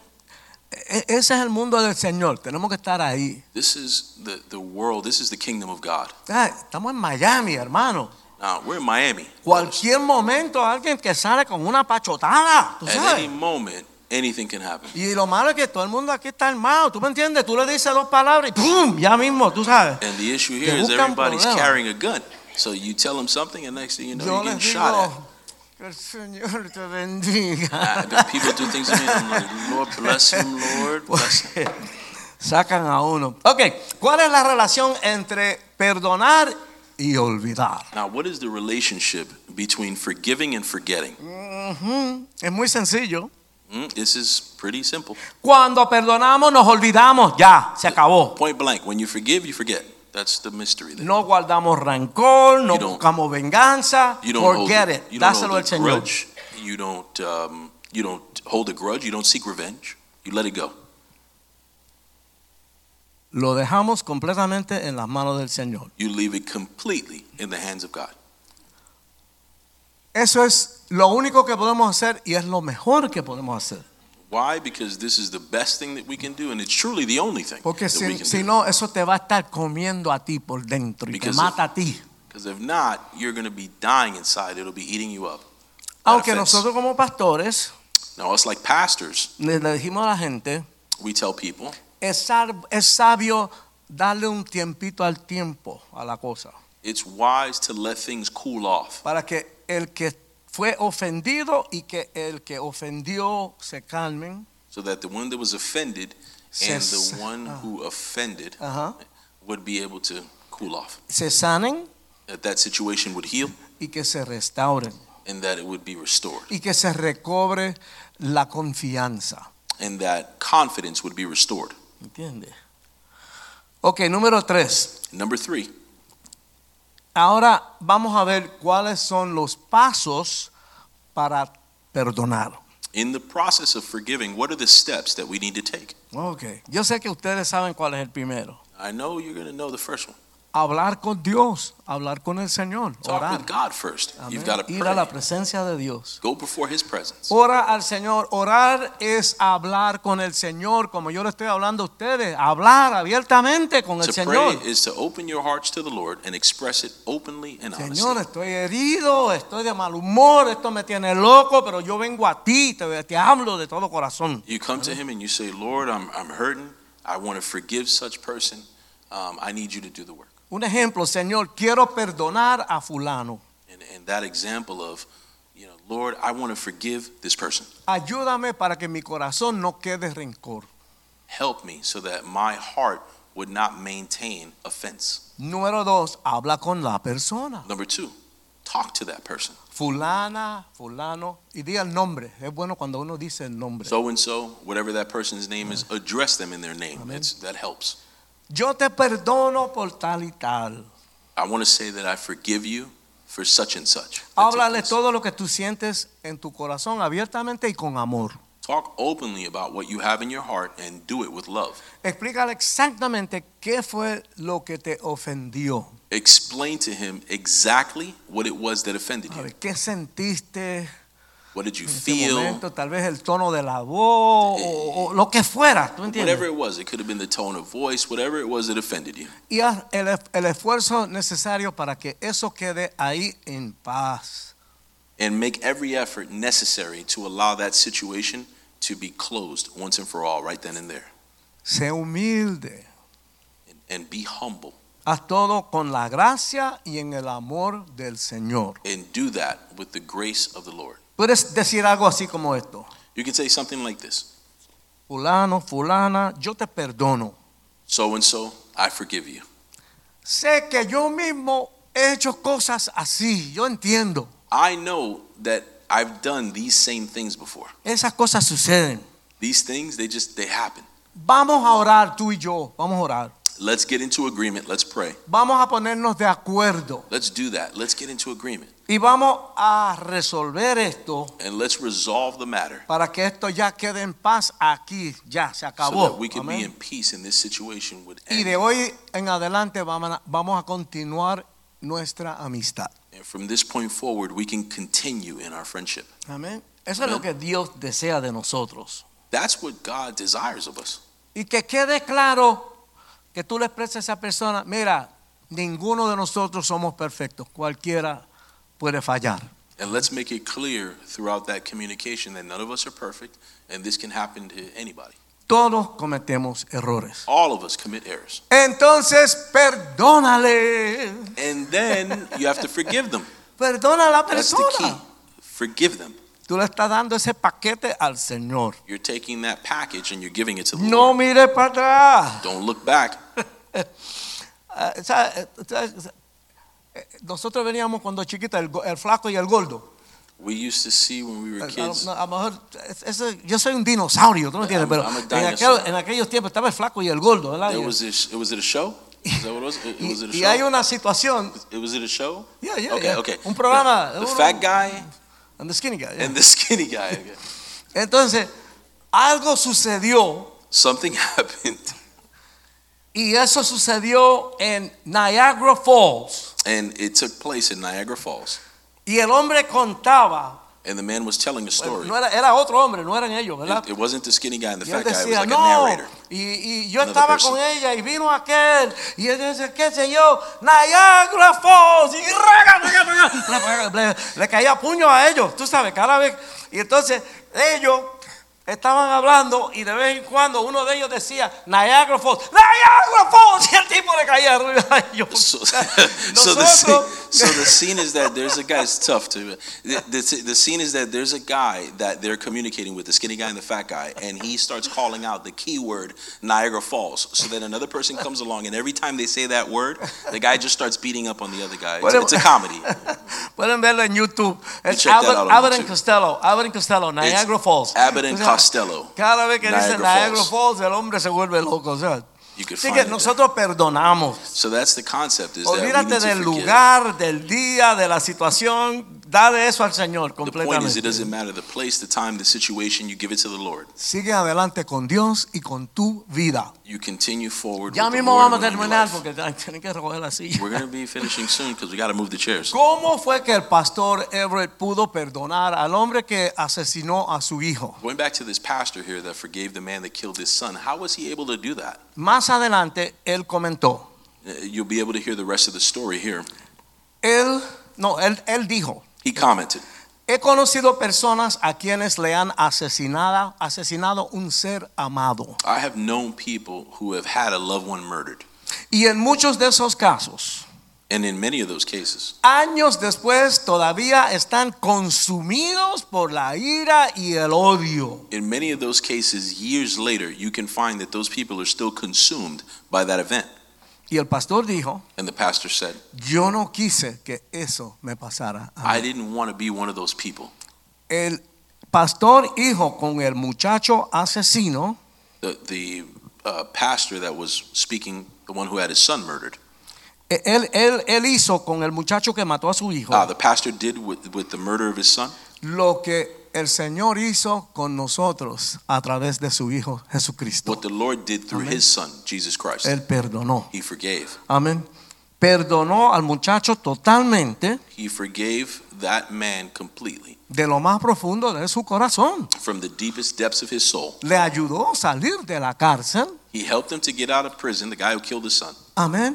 Speaker 2: E- ese es el mundo del Señor. Tenemos que estar ahí.
Speaker 3: This is the, the world. This is the kingdom of God.
Speaker 2: Ah, Estamos en Miami, hermano.
Speaker 3: Now we're in Miami.
Speaker 2: Cualquier momento alguien que sale con una pachotada, tú
Speaker 3: At any
Speaker 2: sabes.
Speaker 3: moment, anything can happen.
Speaker 2: Y lo malo es que todo el mundo aquí está armado, ¿tú me entiendes? Tú le dices dos palabras y ¡pum! Ya mismo, tú sabes.
Speaker 3: And the issue
Speaker 2: Te
Speaker 3: here is
Speaker 2: buscan
Speaker 3: everybody's
Speaker 2: problemas.
Speaker 3: carrying a gun. So you tell them something, and next thing you know,
Speaker 2: Yo
Speaker 3: you're getting
Speaker 2: les
Speaker 3: shot at.
Speaker 2: digo, que el Señor te bendiga.
Speaker 3: Uh, but people do things to me. I'm like, Lord bless him, Lord bless him.
Speaker 2: Porque Pues, sacan a uno. Ok, ¿cuál es la relación entre perdonar y olvidar?
Speaker 3: Now, what is the relationship between forgiving and forgetting?
Speaker 2: Ujú, Es muy sencillo.
Speaker 3: Hmm, this is pretty simple.
Speaker 2: Cuando perdonamos nos olvidamos, ya, se acabó.
Speaker 3: Point blank, when you forgive, you forget. That's the mystery there.
Speaker 2: No guardamos rancor, no
Speaker 3: You don't-
Speaker 2: buscamos venganza.
Speaker 3: You don't
Speaker 2: Forget
Speaker 3: hold,
Speaker 2: it.
Speaker 3: You don't
Speaker 2: Dáselo al
Speaker 3: hold a
Speaker 2: Señor.
Speaker 3: grudge. You don't, um, you don't hold a grudge. You don't seek revenge. You let it go.
Speaker 2: Lo dejamos completamente en las manos del Señor.
Speaker 3: You leave it completely in the hands of God.
Speaker 2: Eso es lo único que podemos hacer y es lo mejor que podemos hacer.
Speaker 3: Why? Because this is the best thing that we can do, and it's truly the only thing
Speaker 2: Porque
Speaker 3: that we
Speaker 2: si,
Speaker 3: can
Speaker 2: si
Speaker 3: do.
Speaker 2: no, eso te va a estar comiendo a ti por dentro y te
Speaker 3: Because
Speaker 2: mata a ti.
Speaker 3: Because if not, you're going to be dying inside. It'll be eating you up. That
Speaker 2: Aunque
Speaker 3: offense.
Speaker 2: nosotros como pastores
Speaker 3: Now, us like pastors,
Speaker 2: le, le dijimos a la gente,
Speaker 3: we tell people
Speaker 2: es, sab- es sabio darle un tiempito al tiempo a la cosa.
Speaker 3: it's wise to let things cool off
Speaker 2: Para que el que fue ofendido y que el que ofendió se calmen.
Speaker 3: so that the one that was offended and
Speaker 2: Yes.
Speaker 3: the one who offended
Speaker 2: Ah, Ajá.
Speaker 3: would be able to cool off.
Speaker 2: se sanen
Speaker 3: That that situation would heal
Speaker 2: y que se restauren
Speaker 3: and that it would be restored
Speaker 2: y que se recobre la confianza.
Speaker 3: and that confidence would be restored.
Speaker 2: ¿Entiendes? Ok, número tres.
Speaker 3: Number three,
Speaker 2: Ahora vamos a ver cuáles son los pasos para perdonar.
Speaker 3: in the process of forgiving, what are the steps that we need to take?
Speaker 2: Ok, yo sé que ustedes saben cuál es el primero.
Speaker 3: I know you're going to know the first one.
Speaker 2: Hablar con Dios, hablar con el Señor,
Speaker 3: Talk
Speaker 2: orar.
Speaker 3: with God first.
Speaker 2: Amén.
Speaker 3: You've got to
Speaker 2: Ir a la
Speaker 3: pray.
Speaker 2: presencia de Dios.
Speaker 3: Go before His presence.
Speaker 2: Ora al Señor. Orar es hablar con el Señor, como yo le estoy hablando a ustedes. Hablar abiertamente con el
Speaker 3: To
Speaker 2: Señor.
Speaker 3: pray is to open your hearts to the Lord and express it openly and
Speaker 2: Señor,
Speaker 3: honestly.
Speaker 2: estoy herido, estoy de mal humor, esto me tiene loco, pero yo vengo a ti, te, te hablo de todo corazón.
Speaker 3: You come to Him and you say, Lord, I'm, I'm hurting. I want to forgive such person. Um, I need you to do the work.
Speaker 2: Un ejemplo, Señor, quiero perdonar a fulano.
Speaker 3: And, and that example of, you know, Lord, I want to forgive this person.
Speaker 2: Ayúdame para que mi corazón no quede rencor.
Speaker 3: Help me so that my heart would not maintain offense.
Speaker 2: Número dos, habla con la persona.
Speaker 3: Number two, talk to that person.
Speaker 2: Fulana, fulano, y diga el nombre. Es bueno cuando uno dice el nombre.
Speaker 3: So and so, whatever that person's name is, address them in their name. It's, that helps.
Speaker 2: Yo te perdono por tal y tal.
Speaker 3: I want to say that I forgive you for such and such. that took
Speaker 2: Háblale
Speaker 3: place.
Speaker 2: todo lo que tú sientes en tu corazón abiertamente y con amor.
Speaker 3: Talk openly about what you have in your heart and do it with love.
Speaker 2: Explícale exactamente qué fue lo que te ofendió.
Speaker 3: Explain to him exactly what it was that offended
Speaker 2: A
Speaker 3: you.
Speaker 2: ver, ¿qué sentiste?
Speaker 3: What did you
Speaker 2: en ese
Speaker 3: feel?
Speaker 2: momento, tal vez el tono de la voz o, o lo que fuera, ¿tú entiendes?
Speaker 3: Whatever it was, it could have been the tone of voice, whatever it was that offended you.
Speaker 2: y haz el, es- el esfuerzo necesario para que eso quede ahí en paz.
Speaker 3: And make every effort necessary to allow that situation to be closed once and for all, right then and there.
Speaker 2: Sé humilde.
Speaker 3: And, and be humble.
Speaker 2: Haz todo con la gracia y en el amor del Señor.
Speaker 3: And do that with the grace of the Lord.
Speaker 2: Puedes decir algo así como esto.
Speaker 3: You can say something like this
Speaker 2: Fulano, fulana, yo te perdono.
Speaker 3: So and so, I forgive you.
Speaker 2: Sé que yo mismo he hecho cosas así, yo entiendo.
Speaker 3: I know that I've done these same things before.
Speaker 2: Esas cosas suceden.
Speaker 3: These things, they just, they happen.
Speaker 2: Vamos a orar tú y yo, vamos a orar.
Speaker 3: Let's get into agreement. Let's pray.
Speaker 2: Vamos a ponernos de acuerdo
Speaker 3: Let's do that. Let's get into agreement.
Speaker 2: y vamos a resolver esto
Speaker 3: And let's resolve the matter
Speaker 2: para que esto ya quede en paz aquí, ya se
Speaker 3: so
Speaker 2: acabó.
Speaker 3: that we can
Speaker 2: Amén.
Speaker 3: be in peace and this situation would
Speaker 2: Y
Speaker 3: end.
Speaker 2: de hoy en adelante vamos a, vamos a continuar nuestra amistad.
Speaker 3: And from this point forward, we can continue in our friendship.
Speaker 2: Amén. Eso es lo que
Speaker 3: Amén.
Speaker 2: Dios desea de nosotros.
Speaker 3: That's what God desires of us.
Speaker 2: Y que quede claro que tú le expreses a esa persona, mira, ninguno de nosotros somos perfectos, cualquiera puede fallar.
Speaker 3: And let's make it clear throughout that communication that none of us are perfect and this can happen to anybody.
Speaker 2: Todos cometemos errores.
Speaker 3: All of us commit errors.
Speaker 2: Entonces, perdónale.
Speaker 3: And then you have to forgive them.
Speaker 2: Perdona a la
Speaker 3: That's the key.
Speaker 2: persona.
Speaker 3: Forgive them.
Speaker 2: Este Tú le estás dando ese paquete al Señor.
Speaker 3: You're taking that package and you're giving it to the
Speaker 2: No
Speaker 3: Lord.
Speaker 2: mire para atrás.
Speaker 3: Don't look back.
Speaker 2: Ah, ¿sabe? Eh, ¿sabe? Eh, Nosotros veníamos cuando chiquita el, go- el flaco y el gordo.
Speaker 3: We used to see when we
Speaker 2: A,
Speaker 3: were kids.
Speaker 2: a- a lo mejor es- ese- yo soy un dinosaurio, ¿tú no entiendes?
Speaker 3: I'm-
Speaker 2: Pero
Speaker 3: I'm a
Speaker 2: en, aquel-
Speaker 3: dinosaur.
Speaker 2: en aquellos tiempos estaba el flaco y el gordo, ¿verdad?
Speaker 3: There
Speaker 2: Y-
Speaker 3: was this, was it a show? Is that what it was? It, it was it a
Speaker 2: y, y hay
Speaker 3: show?
Speaker 2: una situación.
Speaker 3: It was it a show?
Speaker 2: Yeah, yeah,
Speaker 3: Okay,
Speaker 2: yeah.
Speaker 3: okay.
Speaker 2: Un programa,
Speaker 3: The, the
Speaker 2: uno-
Speaker 3: fat guy
Speaker 2: and the skinny guy, yeah.
Speaker 3: and the skinny guy. Okay.
Speaker 2: Entonces, algo sucedió
Speaker 3: Something happened,
Speaker 2: y eso sucedió en Niagara Falls.
Speaker 3: and it took place in Niagara Falls.
Speaker 2: Y el hombre contaba,
Speaker 3: And the man was telling
Speaker 2: bueno,
Speaker 3: a story.
Speaker 2: no era, era otro hombre, no eran ellos, ¿verdad?
Speaker 3: It, it wasn't the skinny guy and the
Speaker 2: Y él
Speaker 3: fat guy. It was
Speaker 2: decía,
Speaker 3: like a
Speaker 2: no.
Speaker 3: narrator.
Speaker 2: Y, y yo
Speaker 3: Another
Speaker 2: estaba
Speaker 3: person.
Speaker 2: con ella y vino aquel. Y ella dice, qué sé yo, Niagara Falls. Y raga, raga, raga, le, le- le caía puño a ellos, tú sabes, cada vez. Y entonces ellos estaban hablando y de vez en cuando uno de ellos decía, Niagara Falls, Niagara Falls. Y el tipo le caía arriba a ellos.
Speaker 3: So, so the scene, so the scene is that there's a guy. It's tough to. The, the, the scene is that there's a guy that they're communicating with, the skinny guy and the fat guy, and he starts calling out the keyword Niagara Falls. So then another person comes along, and every time they say that word, the guy just starts beating up on the other guy. It's, it's a comedy.
Speaker 2: Pueden verlo en YouTube. Es
Speaker 3: check that out
Speaker 2: Abbott,
Speaker 3: on
Speaker 2: Abbott and
Speaker 3: YouTube.
Speaker 2: Costello. Abbott and Costello, Niagara Falls.
Speaker 3: Abbott and
Speaker 2: O sea,
Speaker 3: Costello,
Speaker 2: Cada vez que dice
Speaker 3: Niagara
Speaker 2: Niagara Falls.
Speaker 3: Falls.
Speaker 2: el hombre se vuelve loco. o sea.
Speaker 3: You could
Speaker 2: Así
Speaker 3: find
Speaker 2: que
Speaker 3: it there.
Speaker 2: nosotros perdonamos.
Speaker 3: So that's the concept. Is that we
Speaker 2: Olvídate
Speaker 3: need to
Speaker 2: del
Speaker 3: forgive.
Speaker 2: lugar, del día, de la situación. Dale eso al Señor
Speaker 3: The point is, it
Speaker 2: completamente.
Speaker 3: doesn't matter the place, the time, the situation. You give it to the Lord.
Speaker 2: Sigue adelante con Dios y con tu vida.
Speaker 3: You continue forward.
Speaker 2: Ya
Speaker 3: with the
Speaker 2: mismo
Speaker 3: Lord
Speaker 2: vamos a
Speaker 3: and with your
Speaker 2: terminar
Speaker 3: life.
Speaker 2: porque tienen que recoger la silla.
Speaker 3: We're gonna be finishing soon because we gotta move the chairs.
Speaker 2: ¿Cómo fue que el pastor Everett pudo perdonar al hombre que asesinó a su hijo?
Speaker 3: Going back to this pastor here that forgave the man that killed his son, how was he able to do that?
Speaker 2: Más adelante él comentó.
Speaker 3: Uh, You'll be able to hear the rest of the story here.
Speaker 2: Él, no, él, él dijo,
Speaker 3: He commented,
Speaker 2: he conocido personas a quienes le han asesinado, asesinado un ser amado.
Speaker 3: I have known people who have had a loved one murdered.
Speaker 2: Y en muchos de esos casos,
Speaker 3: And in many of those cases,
Speaker 2: años después todavía están consumidos por la ira y el odio.
Speaker 3: in many of those cases, years later, you can find that those people are still consumed by that event.
Speaker 2: Y el pastor dijo,
Speaker 3: And the pastor said,
Speaker 2: yo no quise que eso me pasara. a
Speaker 3: I
Speaker 2: mí.
Speaker 3: didn't want to be one of those people.
Speaker 2: El pastor hijo con el muchacho asesino
Speaker 3: The, the uh, pastor that was speaking, the one who had his son murdered,
Speaker 2: eh, él, él, él hizo con el muchacho que mató a su hijo
Speaker 3: uh, the pastor did with, with the murder of his son.
Speaker 2: lo que el Señor hizo con nosotros a través de su Hijo Jesucristo.
Speaker 3: what the Lord did through
Speaker 2: Amen.
Speaker 3: his son, Jesus Christ.
Speaker 2: Él perdonó.
Speaker 3: he forgave.
Speaker 2: Amén. Perdonó al muchacho totalmente
Speaker 3: He forgave that man completely.
Speaker 2: de lo más profundo de su corazón.
Speaker 3: from the deepest depths of his soul.
Speaker 2: Le ayudó a salir de la cárcel.
Speaker 3: He helped him to get out of prison, the guy who killed his son.
Speaker 2: Amén.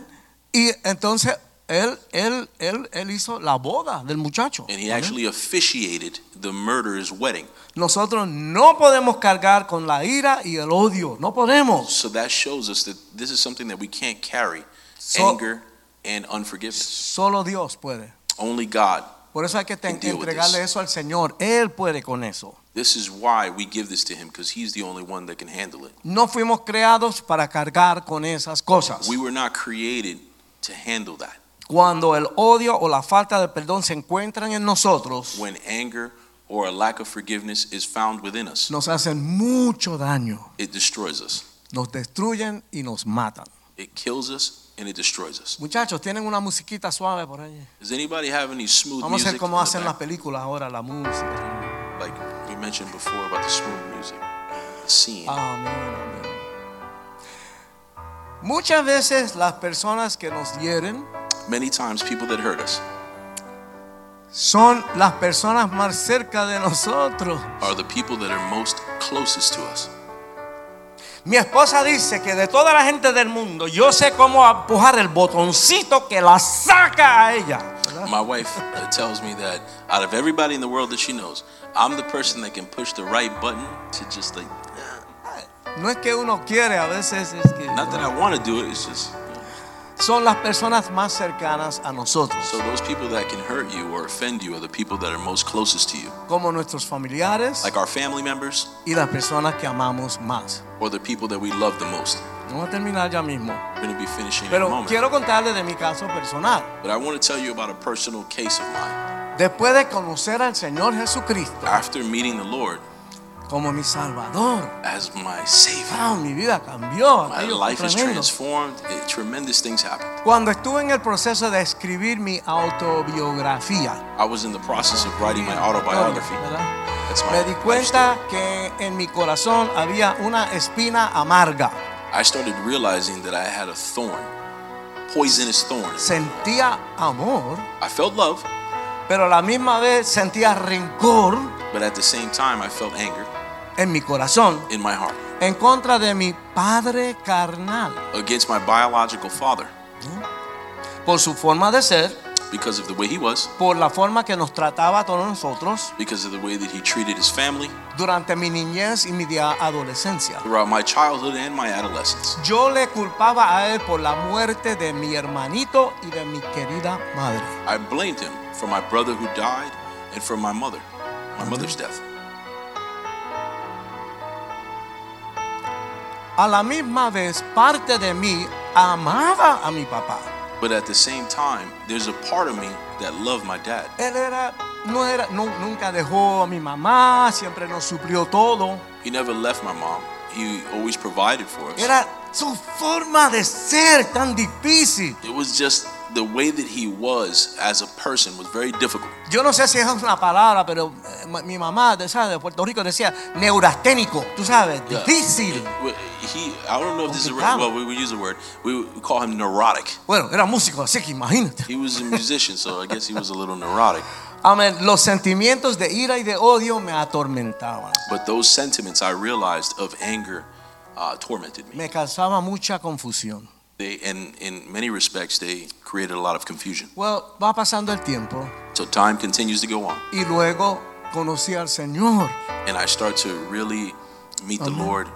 Speaker 2: Y entonces él, él, él, él hizo la boda del muchacho.
Speaker 3: And he
Speaker 2: Amén.
Speaker 3: actually officiated the murderer's wedding.
Speaker 2: Nosotros no podemos cargar con la ira y el odio. No podemos.
Speaker 3: So that shows us that this is something that we can't carry
Speaker 2: So-
Speaker 3: anger and unforgiveness.
Speaker 2: solo Dios puede.
Speaker 3: Only God.
Speaker 2: Por eso hay que te-
Speaker 3: Can deal with
Speaker 2: entregarle
Speaker 3: this.
Speaker 2: eso al Señor. Él puede con eso.
Speaker 3: This is why we give this to him because he's the only one that can handle it.
Speaker 2: No fuimos creados para cargar con esas cosas.
Speaker 3: We were not created to handle that.
Speaker 2: Cuando el odio o la falta de perdón se encuentran en nosotros,
Speaker 3: When anger or a lack of forgiveness is found within us,
Speaker 2: nos hacen mucho daño.
Speaker 3: it destroys us.
Speaker 2: Nos destruyen y nos matan.
Speaker 3: It kills us and it destroys us.
Speaker 2: Muchachos, tienen una musiquita suave por ahí.
Speaker 3: Does anybody have any smooth
Speaker 2: Vamos a
Speaker 3: music?
Speaker 2: ver cómo
Speaker 3: in the
Speaker 2: hacen las
Speaker 3: back?
Speaker 2: películas ahora, la música.
Speaker 3: Like we mentioned before about the smooth music. The scene.
Speaker 2: Amén, amén. Muchas veces las personas que nos hieren
Speaker 3: Many times people that hurt us
Speaker 2: son las personas más cerca de nosotros.
Speaker 3: are the people that are most closest to us.
Speaker 2: Mi esposa dice que de toda la gente del mundo, yo sé cómo empujar el botoncito que la saca a ella. ¿verdad?
Speaker 3: My wife uh, tells me that out of everybody in the world that she knows, I'm the person that can push the right button to just like,
Speaker 2: No es que uno quiere, a veces es que
Speaker 3: not that I want to do it, it's just.
Speaker 2: son las personas más cercanas a
Speaker 3: So
Speaker 2: nosotros,
Speaker 3: those people that can hurt you or offend you are the people that are most closest to you,
Speaker 2: como nuestros familiares
Speaker 3: like our family members
Speaker 2: y las personas que amamos más.
Speaker 3: or the people that we love the most.
Speaker 2: Vamos a terminar ya mismo,
Speaker 3: We're going to be finishing in a
Speaker 2: pero
Speaker 3: moment.
Speaker 2: quiero contarles de mi caso personal.
Speaker 3: But I want to tell you about a personal case of mine.
Speaker 2: Después de conocer al Señor Jesucristo
Speaker 3: After meeting the Lord
Speaker 2: como mi Salvador,
Speaker 3: as my Savior,
Speaker 2: wow, mi vida cambió.
Speaker 3: my
Speaker 2: aquello fue
Speaker 3: life is
Speaker 2: tremendo.
Speaker 3: transformed. It, tremendous things happened.
Speaker 2: Cuando estuve en el proceso de escribir mi autobiografía,
Speaker 3: I was in the process of writing my autobiography.
Speaker 2: Oh, ¿verdad?
Speaker 3: That's my
Speaker 2: me di
Speaker 3: life
Speaker 2: cuenta
Speaker 3: story.
Speaker 2: que en mi corazón había una espina amarga.
Speaker 3: I started realizing that I had a thorn, poisonous thorn.
Speaker 2: Sentía amor,
Speaker 3: I felt love,
Speaker 2: pero a la misma vez sentía rencor
Speaker 3: but at the same time, I felt anger
Speaker 2: en mi corazón
Speaker 3: in my heart
Speaker 2: en contra de mi padre carnal
Speaker 3: against my biological father
Speaker 2: por su forma de ser,
Speaker 3: because of the way he was,
Speaker 2: por la forma que nos trataba a todos nosotros
Speaker 3: because of the way that he treated his family
Speaker 2: durante mi niñez y mi dia- adolescencia.
Speaker 3: throughout my childhood and my adolescence.
Speaker 2: Yo le culpaba a él por la muerte de mi hermanito y de mi querida madre.
Speaker 3: I blamed him for my brother who died and for my mother, my mother's death.
Speaker 2: A la misma vez, parte de mí amaba a mi papá.
Speaker 3: But at the same time, there's a part of me that loved my dad.
Speaker 2: Él era, no era, nu- nunca dejó a mi mamá, siempre nos suplió todo.
Speaker 3: He never left my mom. He always provided for us.
Speaker 2: Era su forma de ser tan difícil.
Speaker 3: It was just the way that he was as a person was very difficult.
Speaker 2: Yo no sé si es una palabra, pero eh, ma- mi mamá de, ¿sabes? de Puerto Rico decía neurasténico, tú sabes,
Speaker 3: Yeah.
Speaker 2: difícil.
Speaker 3: He, he- I don't know if this is a
Speaker 2: Complicado.
Speaker 3: word. Well, we, we use the word. We, we call him neurotic.
Speaker 2: Bueno, era músico, así que imagínate.
Speaker 3: He was a musician, so I guess he was a little neurotic.
Speaker 2: Amén. Los sentimientos de ira y de odio me atormentaban.
Speaker 3: But those sentiments I realized of anger uh, tormented me.
Speaker 2: Me causaba mucha confusión.
Speaker 3: They, and in many respects, they created a lot of confusion.
Speaker 2: Well, va pasando el tiempo
Speaker 3: So time continues to go on,
Speaker 2: y luego conocí al Señor.
Speaker 3: and I start to really meet the Lord.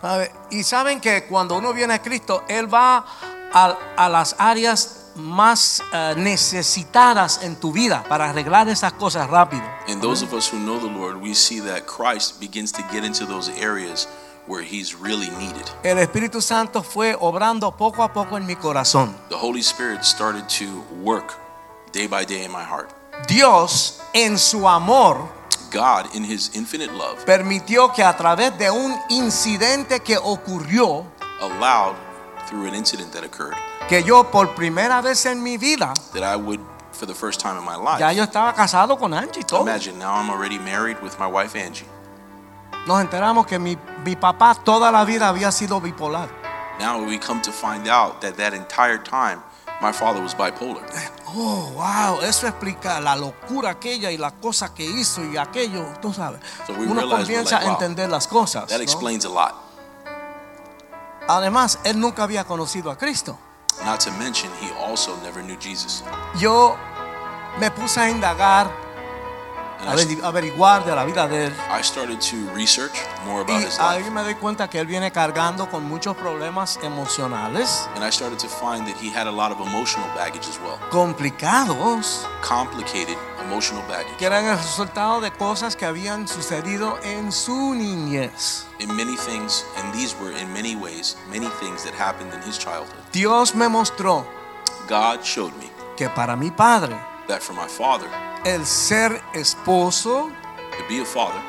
Speaker 2: ¿sabe? Y saben que cuando uno viene a Cristo, Él va a, a las áreas más eh, necesitadas en tu vida para arreglar esas cosas rápido.
Speaker 3: And those of us who know the Lord, we see that Christ begins to get into those areas where He's really needed.
Speaker 2: El Espíritu Santo fue obrando poco a poco en mi corazón.
Speaker 3: The Holy Spirit started to work day by day in my heart.
Speaker 2: Dios, en su amor,
Speaker 3: God, in His infinite love,
Speaker 2: permitió que a través de un incidente que ocurrió,
Speaker 3: allowed through an incident that occurred
Speaker 2: que yo por primera vez en mi vida,
Speaker 3: that I would, for the first time in my
Speaker 2: ya
Speaker 3: life,
Speaker 2: yo estaba casado con Angie y todo.
Speaker 3: imagine now I'm already married with my wife Angie.
Speaker 2: Nos enteramos que mi, mi papá toda la vida había sido bipolar.
Speaker 3: Now we come to find out that that entire time My father was bipolar.
Speaker 2: Oh, wow, eso explica la locura aquella y la cosa que hizo y aquello, tú sabes.
Speaker 3: So we
Speaker 2: Uno
Speaker 3: realized we're
Speaker 2: comienza a
Speaker 3: like, wow,
Speaker 2: entender las cosas.
Speaker 3: That
Speaker 2: ¿no?
Speaker 3: explains a lot.
Speaker 2: Además, él nunca había conocido a Cristo.
Speaker 3: Not to mention, he also never knew Jesus.
Speaker 2: Yo me puse a indagar,
Speaker 3: And
Speaker 2: a
Speaker 3: I,
Speaker 2: averi- averiguar de la vida de él.
Speaker 3: I started to research more about
Speaker 2: Y
Speaker 3: his
Speaker 2: ahí
Speaker 3: life.
Speaker 2: me doy cuenta que él viene cargando con muchos problemas emocionales
Speaker 3: And I started to find that he had a lot of emotional baggage as well.
Speaker 2: complicados,
Speaker 3: Complicated emotional baggage.
Speaker 2: que eran el resultado de cosas que habían sucedido en su niñez.
Speaker 3: In many things, and these were in many ways, many things that happened in his childhood.
Speaker 2: Dios me mostró
Speaker 3: God showed me
Speaker 2: que para mi padre,
Speaker 3: that for my father
Speaker 2: el ser esposo,
Speaker 3: to be a father,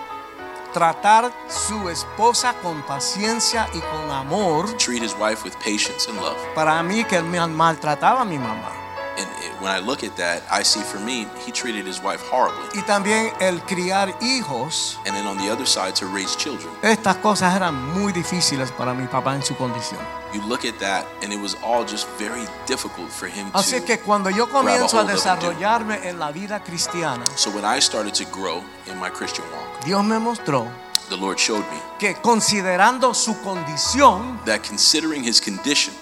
Speaker 2: tratar su esposa con paciencia y con amor,
Speaker 3: treat his wife with patience and love.
Speaker 2: para mí que él me maltrataba a mi mamá.
Speaker 3: And it, when I look at that, I see for me, he treated his wife horribly.
Speaker 2: Y también el criar hijos.
Speaker 3: And then on the other side, to raise children.
Speaker 2: Estas cosas eran muy difíciles para mi papá en su condición.
Speaker 3: You look at that, and it was all just very difficult for him
Speaker 2: Así es que
Speaker 3: to.
Speaker 2: cuando yo comienzo a
Speaker 3: hold of it, dude.
Speaker 2: desarrollarme en la vida cristiana,
Speaker 3: So when I started to grow in my Christian walk,
Speaker 2: Dios me mostró
Speaker 3: the Lord showed me
Speaker 2: que considerando su condición
Speaker 3: that considering his condition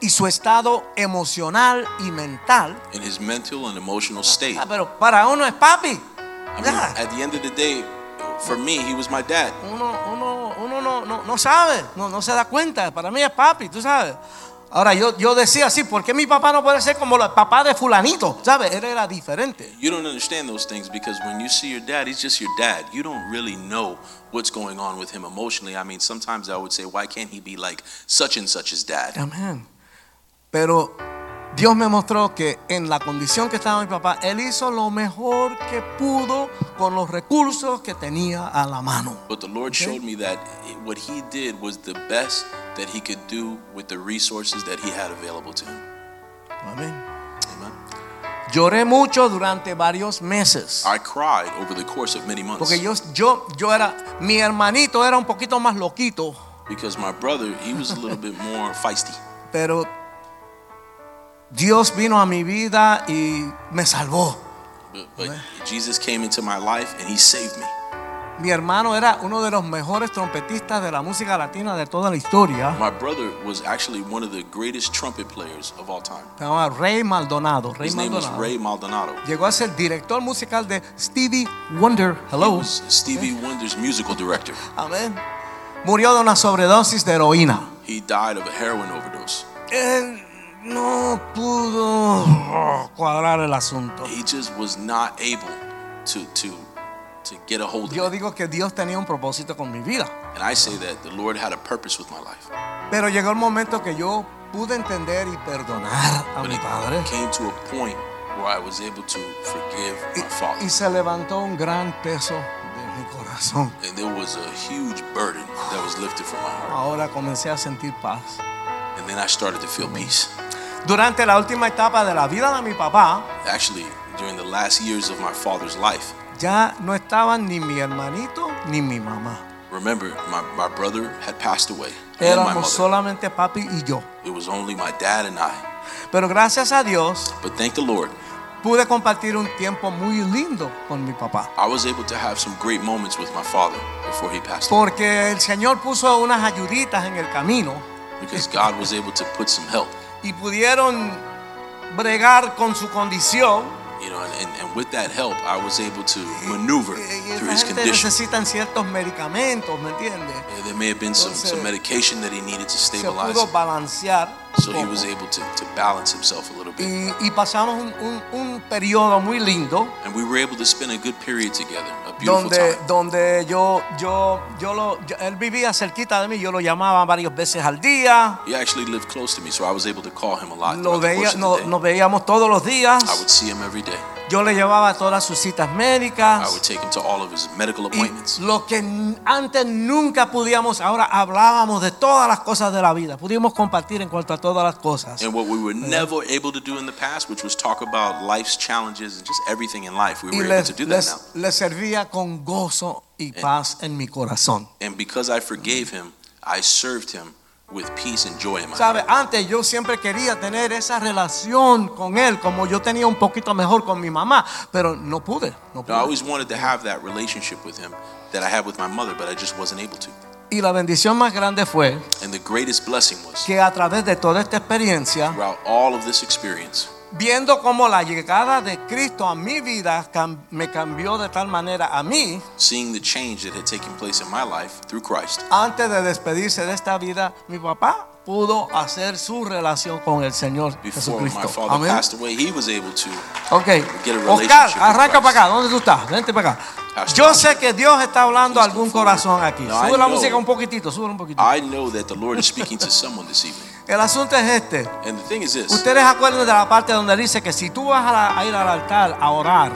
Speaker 2: y su estado emocional y mental,
Speaker 3: and his mental and emotional state,
Speaker 2: ah, pero para uno es papi.
Speaker 3: I mean,
Speaker 2: Ya.
Speaker 3: at the end of the day, for me, he was my dad.
Speaker 2: uno, uno, uno no, no, no sabe, no, no se da cuenta. Para mí es papi, tú sabes. Ahora yo, yo decía así, ¿por qué mi papá no puede ser como el papá de fulanito? ¿Sabes? Él era diferente.
Speaker 3: You don't understand those things because when you see your dad, he's just your dad. You don't really know what's going on with him emotionally. I mean, sometimes I would say, why can't he be like such and such's dad?
Speaker 2: Amén. Pero Dios me mostró que en la condición que estaba mi papá, él hizo lo mejor que pudo con los recursos que tenía a la mano.
Speaker 3: But the Lord
Speaker 2: Okay.
Speaker 3: showed me that it- what he did was the best that he could do with the resources that he had available to him.
Speaker 2: Amén.
Speaker 3: Amen.
Speaker 2: Lloré mucho durante varios meses.
Speaker 3: I cried over the course of many months
Speaker 2: Porque yo, yo, yo era, mi hermanito era un poquito más loquito.
Speaker 3: because my brother, he was a little bit more feisty.
Speaker 2: Pero Dios vino a mi vida y me salvó.
Speaker 3: But, but Jesus came into my life and he saved me.
Speaker 2: Mi hermano era uno de los mejores trompetistas de la música latina de toda la historia.
Speaker 3: My brother was actually one of the greatest trumpet players of all time.
Speaker 2: Se llamaba Rey Maldonado. Rey
Speaker 3: His name was
Speaker 2: Maldonado.
Speaker 3: Ray Maldonado.
Speaker 2: Llegó a ser director musical de Stevie Wonder.
Speaker 3: He
Speaker 2: Hello.
Speaker 3: was Stevie Wonder's musical director.
Speaker 2: Amén. Murió de una sobredosis de heroína.
Speaker 3: He died of a heroin overdose.
Speaker 2: Él no pudo cuadrar el asunto.
Speaker 3: He just was not able to to to get a hold
Speaker 2: Yo
Speaker 3: of it.
Speaker 2: digo que Dios tenía un propósito con mi vida.
Speaker 3: And I say that the Lord had a purpose with my life.
Speaker 2: Pero llegó el momento que yo pude entender y perdonar a
Speaker 3: But
Speaker 2: mi
Speaker 3: it
Speaker 2: padre.
Speaker 3: came to a point where I was able to forgive my
Speaker 2: Y, y
Speaker 3: father.
Speaker 2: se levantó un gran peso de mi corazón.
Speaker 3: And there was a huge burden that was lifted from my heart.
Speaker 2: Ahora comencé a sentir paz.
Speaker 3: And then I started to feel peace.
Speaker 2: Durante la última etapa de la vida de mi papá,
Speaker 3: Actually, during the last years of my father's life,
Speaker 2: ya no estaban ni mi hermanito ni mi mamá.
Speaker 3: remember, my, my brother had passed away. And my
Speaker 2: Éramos
Speaker 3: mother.
Speaker 2: solamente papi y yo.
Speaker 3: It was only my dad and I.
Speaker 2: Pero gracias a Dios
Speaker 3: But thank the Lord.
Speaker 2: pude compartir un tiempo muy lindo con mi papá.
Speaker 3: I was able to have some great moments with my father before he passed away
Speaker 2: Porque el Señor puso unas ayuditas en el camino
Speaker 3: because God was able to put some help,
Speaker 2: y pudieron bregar con su condición.
Speaker 3: you know, and, and, and with that help, I was able to maneuver
Speaker 2: Y
Speaker 3: through
Speaker 2: esa
Speaker 3: his
Speaker 2: gente
Speaker 3: condition.
Speaker 2: necesitan ciertos medicamentos, ¿me entiendes?
Speaker 3: Yeah, There may have been some, some
Speaker 2: Entonces,
Speaker 3: medication that he needed to
Speaker 2: Se
Speaker 3: stabilize,
Speaker 2: pudo balancear. un
Speaker 3: so he
Speaker 2: poco.
Speaker 3: was able to, to balance himself a little bit.
Speaker 2: y, y pasamos un, un- un periodo muy lindo
Speaker 3: And we were able to spend a good period together, a beautiful
Speaker 2: donde,
Speaker 3: time.
Speaker 2: donde yo, yo, yo lo, yo- él vivía cerquita de mí, yo lo llamaba varias veces al día,
Speaker 3: He actually lived close to me, so I was able to call him a lot.
Speaker 2: lo
Speaker 3: throughout the
Speaker 2: veía,
Speaker 3: course of the
Speaker 2: no-
Speaker 3: day.
Speaker 2: nos veíamos todos los días,
Speaker 3: I would see him every day.
Speaker 2: yo le llevaba a todas sus citas
Speaker 3: I would
Speaker 2: médicas.
Speaker 3: take him to all of his medical
Speaker 2: Y
Speaker 3: appointments.
Speaker 2: lo que n- antes nunca podíamos, ahora hablábamos de todas las cosas de la vida, pudimos compartir en cuanto a todas las cosas.
Speaker 3: And what we were never able to do in the past, which was talk about life's challenges and just everything in life, we
Speaker 2: y
Speaker 3: were able
Speaker 2: les,
Speaker 3: to do that
Speaker 2: les-
Speaker 3: now. Eh.
Speaker 2: les servía con gozo y paz en mi corazón.
Speaker 3: And because I forgave him, I served him with peace and joy in my
Speaker 2: Sabe,
Speaker 3: heart.
Speaker 2: antes yo siempre quería tener esa relación con él, como yo tenía un poquito mejor con mi mamá, pero no pude, no
Speaker 3: Now, I
Speaker 2: pude.
Speaker 3: always wanted to have that relationship with him that I had with my mother, but I just wasn't able to.
Speaker 2: Y la bendición más grande fue
Speaker 3: And the greatest blessing was
Speaker 2: que a través de toda esta experiencia,
Speaker 3: throughout all of this experience,
Speaker 2: viendo cómo la llegada de Cristo a mi vida cam- me cambió de tal manera a mí,
Speaker 3: seeing the change that had taken place in my life through Christ,
Speaker 2: antes de despedirse de esta vida, mi papá pudo hacer su relación con el Señor
Speaker 3: before my
Speaker 2: Jesucristo.
Speaker 3: father
Speaker 2: Amén.
Speaker 3: passed away, he was able to.
Speaker 2: Ok.
Speaker 3: Get a
Speaker 2: Oscar,
Speaker 3: relationship with
Speaker 2: arranca
Speaker 3: Christ.
Speaker 2: para acá. ¿Dónde tú estás? Vente para acá.
Speaker 3: Pastor.
Speaker 2: Yo sé que Dios está hablando a
Speaker 3: Please
Speaker 2: algún
Speaker 3: come forward.
Speaker 2: corazón aquí.
Speaker 3: No, I
Speaker 2: Sube la
Speaker 3: know.
Speaker 2: música un poquitito, sube un poquitito.
Speaker 3: I know that the Lord is speaking to someone this evening.
Speaker 2: El asunto es este.
Speaker 3: And the thing is this
Speaker 2: Ustedes acuerdan de la parte donde dice que si tú vas a, la- a ir al altar a orar,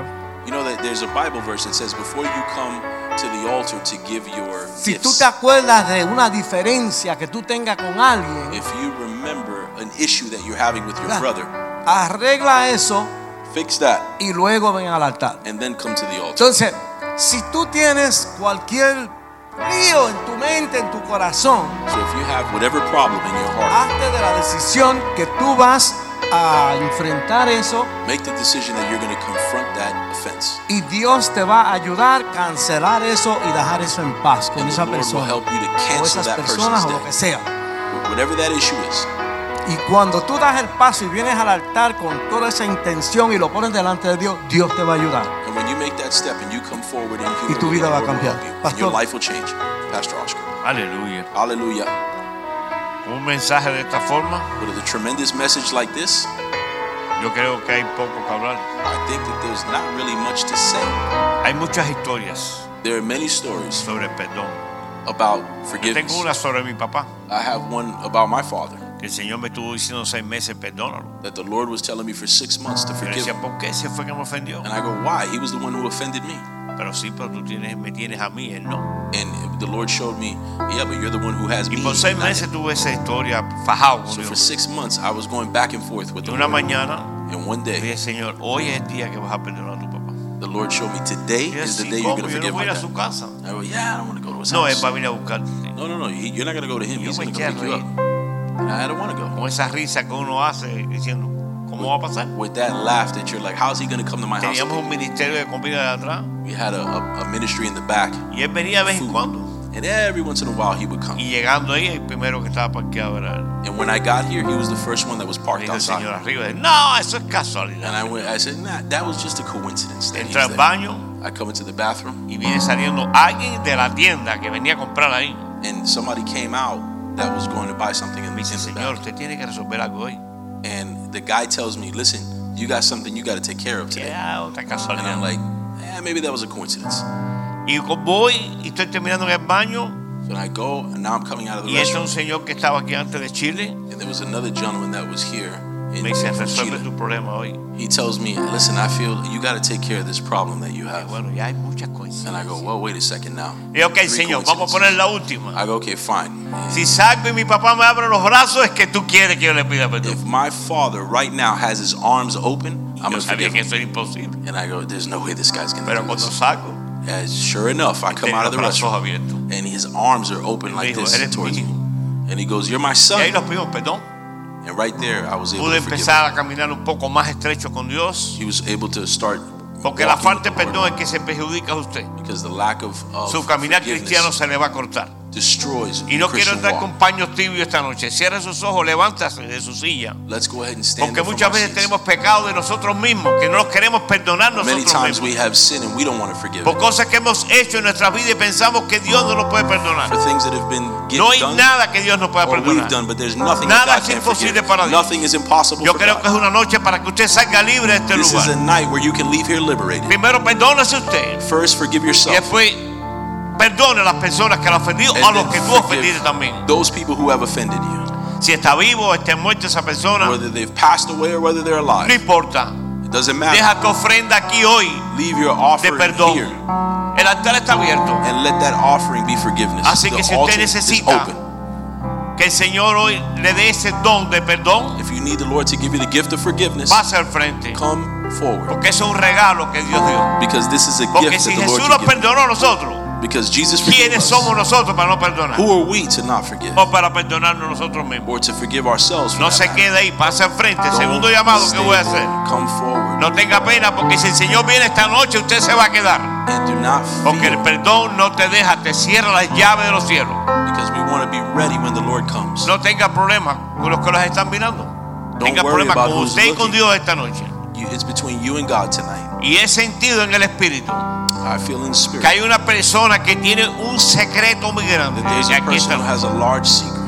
Speaker 3: you know that there's a Bible verse that says, Before you come to the altar to give your
Speaker 2: si tú
Speaker 3: gifts,
Speaker 2: te acuerdas de una diferencia que tú tengas con alguien,
Speaker 3: if you remember an issue that you're having with your
Speaker 2: Ah.
Speaker 3: brother,
Speaker 2: arregla eso
Speaker 3: fix that
Speaker 2: y luego ven al altar.
Speaker 3: and then come to the altar.
Speaker 2: Entonces, si tú tienes cualquier río en tu mente, en tu corazón,
Speaker 3: So if you have whatever problem in your heart,
Speaker 2: Hazte de la decisión que tú vas a enfrentar eso
Speaker 3: make the decision that you're going to confront that offense.
Speaker 2: y Dios te va a ayudar a cancelar eso y dejar eso en paz con
Speaker 3: And the
Speaker 2: esa
Speaker 3: Lord will
Speaker 2: persona
Speaker 3: help you to
Speaker 2: o
Speaker 3: cancel
Speaker 2: esas
Speaker 3: that
Speaker 2: personas
Speaker 3: person's
Speaker 2: o lo que
Speaker 3: debt.
Speaker 2: sea.
Speaker 3: Whatever that issue is,
Speaker 2: Y cuando tú das el paso y vienes al altar con toda esa intención y lo pones delante de Dios, Dios te va a ayudar.
Speaker 3: and when you make that step and you come forward in
Speaker 2: Y tu
Speaker 3: humility,
Speaker 2: vida
Speaker 3: the
Speaker 2: va a
Speaker 3: Lord will
Speaker 2: cambiar.
Speaker 3: help you. And
Speaker 2: Pastor.
Speaker 3: your life will change. Pastor Oscar.
Speaker 4: Aleluya.
Speaker 3: Hallelujah.
Speaker 4: Un mensaje de esta forma,
Speaker 3: With a tremendous message like this,
Speaker 4: yo creo que hay poco que hablar.
Speaker 3: I think that there's not really much to say.
Speaker 4: Hay muchas historias
Speaker 3: There are many stories
Speaker 4: sobre el perdón.
Speaker 3: about
Speaker 4: Yo tengo
Speaker 3: forgiveness.
Speaker 4: una sobre mi papá.
Speaker 3: I have one about my father
Speaker 4: que El Señor me estuvo diciendo seis meses, perdónalo.
Speaker 3: that the Lord was telling me for six months to
Speaker 4: Yo le
Speaker 3: forgive
Speaker 4: decía,
Speaker 3: him.
Speaker 4: ¿por qué? Se fue que me ofendió.
Speaker 3: And I go, why? He was the one who offended me.
Speaker 4: Pero sí, pero tú tienes, me tienes a mí, él no.
Speaker 3: And the Lord showed me, yeah, but you're the one who has
Speaker 4: Y
Speaker 3: me.
Speaker 4: por seis
Speaker 3: not him."
Speaker 4: meses tuve esa historia fajado con
Speaker 3: So for
Speaker 4: Dios.
Speaker 3: six months, I was going back and forth with
Speaker 4: Y
Speaker 3: the
Speaker 4: una
Speaker 3: Lord.
Speaker 4: mañana,
Speaker 3: And one
Speaker 4: le
Speaker 3: day,
Speaker 4: dije, Señor, hoy es el día que vas a perdonar a tu papá.
Speaker 3: the Lord showed me, today
Speaker 4: Y yo,
Speaker 3: is the
Speaker 4: "Sí,
Speaker 3: day you're
Speaker 4: ¿cómo?
Speaker 3: going to
Speaker 4: Yo no
Speaker 3: forgive
Speaker 4: voy a
Speaker 3: my
Speaker 4: ir a su
Speaker 3: dad.
Speaker 4: casa.
Speaker 3: I go, yeah, I don't want to go to his
Speaker 4: No, él
Speaker 3: house.
Speaker 4: va a venir a buscarte.
Speaker 3: No, no, no, he- you're not going to go to him.
Speaker 4: Y yo
Speaker 3: He's
Speaker 4: me
Speaker 3: going to
Speaker 4: eché a
Speaker 3: go pick you
Speaker 4: reír
Speaker 3: up. And I don't want to go.
Speaker 4: con esa risa que uno hace diciendo, ¿cómo va a pasar?
Speaker 3: With that laugh that you're like, how's he going to come to my house?
Speaker 4: Teníamos un ministerio de comida de atrás
Speaker 3: We had a, a, a ministry in the back.
Speaker 4: y él venía de vez en
Speaker 3: Food.
Speaker 4: cuando.
Speaker 3: And every once in a while, he would come.
Speaker 4: Y llegando ahí, el primero que estaba parqueado era él.
Speaker 3: And when I got here, he was the first one that was
Speaker 4: Le
Speaker 3: parked
Speaker 4: dije al señor
Speaker 3: outside.
Speaker 4: arriba, no, eso es
Speaker 3: And
Speaker 4: casualidad.
Speaker 3: I went, I said, nah, that was just a coincidence. That he
Speaker 4: Entra
Speaker 3: was there.
Speaker 4: al baño
Speaker 3: I come into the bathroom,
Speaker 4: y viene saliendo alguien de la tienda que venía a comprar ahí.
Speaker 3: and somebody came out that was going to buy something in,
Speaker 4: Me
Speaker 3: in
Speaker 4: dice,
Speaker 3: the
Speaker 4: señor,
Speaker 3: bathroom.
Speaker 4: usted tiene que resolver algo hoy.
Speaker 3: And the guy tells me, listen, you got something you got to take care of today.
Speaker 4: Ya, otra
Speaker 3: And I'm
Speaker 4: casualidad.
Speaker 3: like, eh, maybe that was a coincidence.
Speaker 4: Y co- voy y estoy terminando en el baño
Speaker 3: So I go, and now I'm coming out of the
Speaker 4: y entra
Speaker 3: restroom,
Speaker 4: un señor que estaba aquí antes de Chile.
Speaker 3: and there was another gentleman that was here. In,
Speaker 4: Me dice,
Speaker 3: from
Speaker 4: resuelve
Speaker 3: Chile.
Speaker 4: tu problema hoy.
Speaker 3: He tells me, listen, I feel you got to take care of this problem that you
Speaker 4: Y
Speaker 3: have.
Speaker 4: bueno, ya hay muchas
Speaker 3: And I
Speaker 4: coincidencias.
Speaker 3: go, well, wait a second now.
Speaker 4: Y ok,
Speaker 3: Three
Speaker 4: señor, vamos a
Speaker 3: coincidences.
Speaker 4: poner la última.
Speaker 3: I go, okay, fine.
Speaker 4: Si salgo y mi papá me abre los brazos, es que tú quieres que yo le pida perdón.
Speaker 3: If my father right now has his arms open,
Speaker 4: Y
Speaker 3: I'm
Speaker 4: yo
Speaker 3: gonna
Speaker 4: sabía
Speaker 3: forgive
Speaker 4: que
Speaker 3: him.
Speaker 4: eso era imposible.
Speaker 3: And I go, there's no way this guy's gonna
Speaker 4: Pero
Speaker 3: do
Speaker 4: cuando
Speaker 3: this.
Speaker 4: salgo,
Speaker 3: As sure enough, I come
Speaker 4: tenía
Speaker 3: out
Speaker 4: los
Speaker 3: of the
Speaker 4: brazos
Speaker 3: restroom
Speaker 4: abiertos.
Speaker 3: and his arms are open
Speaker 4: Me
Speaker 3: like
Speaker 4: dijo,
Speaker 3: this
Speaker 4: eres
Speaker 3: towards me.
Speaker 4: mío.
Speaker 3: And he goes, You're my
Speaker 4: Y
Speaker 3: son.
Speaker 4: ahí los pedimos perdón.
Speaker 3: And right there I was able
Speaker 4: Pude
Speaker 3: to forgive him.
Speaker 4: empezar a caminar un poco más estrecho con Dios.
Speaker 3: He was able to start
Speaker 4: Porque la
Speaker 3: walking with
Speaker 4: falta de
Speaker 3: the Lord
Speaker 4: perdón es que se perjudica a usted.
Speaker 3: because the lack of, of
Speaker 4: Su caminar
Speaker 3: forgiveness
Speaker 4: cristiano se le va a cortar.
Speaker 3: destroys
Speaker 4: Y no
Speaker 3: the
Speaker 4: quiero
Speaker 3: Christian
Speaker 4: estar
Speaker 3: walk.
Speaker 4: con paños tibios esta noche. Cierra sus ojos, levántase de su silla.
Speaker 3: Let's go ahead and stand
Speaker 4: Porque
Speaker 3: up from
Speaker 4: muchas
Speaker 3: our
Speaker 4: veces
Speaker 3: seats.
Speaker 4: tenemos pecados de nosotros mismos, que no los queremos perdonar
Speaker 3: Many
Speaker 4: nosotros
Speaker 3: times
Speaker 4: mismos.
Speaker 3: we have sin and we don't want to forgive.
Speaker 4: Por cosas que hemos hecho en nuestra vida y pensamos que Dios no lo puede perdonar.
Speaker 3: For things that have been get-
Speaker 4: No hay
Speaker 3: done
Speaker 4: nada que Dios no pueda
Speaker 3: or we've
Speaker 4: perdonar.
Speaker 3: done, but there's nothing
Speaker 4: Nada
Speaker 3: that
Speaker 4: es
Speaker 3: God can't forgive.
Speaker 4: imposible para Dios.
Speaker 3: Nothing is impossible
Speaker 4: Yo
Speaker 3: for
Speaker 4: creo
Speaker 3: God.
Speaker 4: que es una noche para que usted salga libre de este
Speaker 3: This is a
Speaker 4: lugar.
Speaker 3: night where you can leave here liberated.
Speaker 4: Primero perdónese usted
Speaker 3: First, forgive
Speaker 4: y
Speaker 3: yourself.
Speaker 4: después perdone a las personas que la ofendido
Speaker 3: and
Speaker 4: o a los
Speaker 3: then
Speaker 4: que tú
Speaker 3: forgive
Speaker 4: ofendiste también.
Speaker 3: Those people who have offended you,
Speaker 4: Si está vivo o está muerto esa persona,
Speaker 3: whether they've passed away or whether they're
Speaker 4: no
Speaker 3: alive,
Speaker 4: importa.
Speaker 3: it doesn't matter.
Speaker 4: Deja tu ofrenda aquí hoy.
Speaker 3: Leave your
Speaker 4: de
Speaker 3: offering
Speaker 4: perdón.
Speaker 3: here
Speaker 4: El altar está abierto.
Speaker 3: and let that offering be forgiveness.
Speaker 4: Así
Speaker 3: the
Speaker 4: que si usted
Speaker 3: altar is
Speaker 4: necesita-
Speaker 3: open.
Speaker 4: Que el Señor hoy le dé ese don de perdón.
Speaker 3: If you need the Lord to give you the gift of forgiveness,
Speaker 4: Pase al frente.
Speaker 3: come forward
Speaker 4: Porque eso es un regalo que Dios dio.
Speaker 3: because this is a
Speaker 4: Porque
Speaker 3: gift
Speaker 4: si
Speaker 3: that the
Speaker 4: Jesús
Speaker 3: Lord
Speaker 4: nos
Speaker 3: can give.
Speaker 4: perdonó a nosotros,
Speaker 3: because Jesus forgave
Speaker 4: ¿Quiénes
Speaker 3: us.
Speaker 4: somos nosotros para no perdonar?
Speaker 3: Who are we to not forgive
Speaker 4: O para perdonarnos nosotros mismos.
Speaker 3: or to forgive ourselves? for
Speaker 4: No
Speaker 3: that
Speaker 4: se
Speaker 3: matter?
Speaker 4: quede ahí, pasa enfrente.
Speaker 3: Don't
Speaker 4: Segundo llamado, ¿qué
Speaker 3: stay
Speaker 4: voy a
Speaker 3: there.
Speaker 4: hacer?
Speaker 3: Come forward
Speaker 4: No tenga pena porque si el Señor viene esta noche usted se va a quedar.
Speaker 3: and do not
Speaker 4: Porque el
Speaker 3: fear
Speaker 4: perdón no te deja, te cierra las llaves de los cielos.
Speaker 3: because we want to be ready when the Lord comes.
Speaker 4: No tenga problemas con los que los están mirando. Tenga
Speaker 3: worry
Speaker 4: problemas
Speaker 3: about
Speaker 4: con
Speaker 3: who's
Speaker 4: usted y con
Speaker 3: looking.
Speaker 4: Dios esta noche.
Speaker 3: You- It's between you and God tonight.
Speaker 4: Y he sentido en el espíritu
Speaker 3: I feel in spirit
Speaker 4: que hay una persona que tiene un secreto muy grande.
Speaker 3: that there's
Speaker 4: Y
Speaker 3: a
Speaker 4: aquí
Speaker 3: person who
Speaker 4: está.
Speaker 3: has a large secret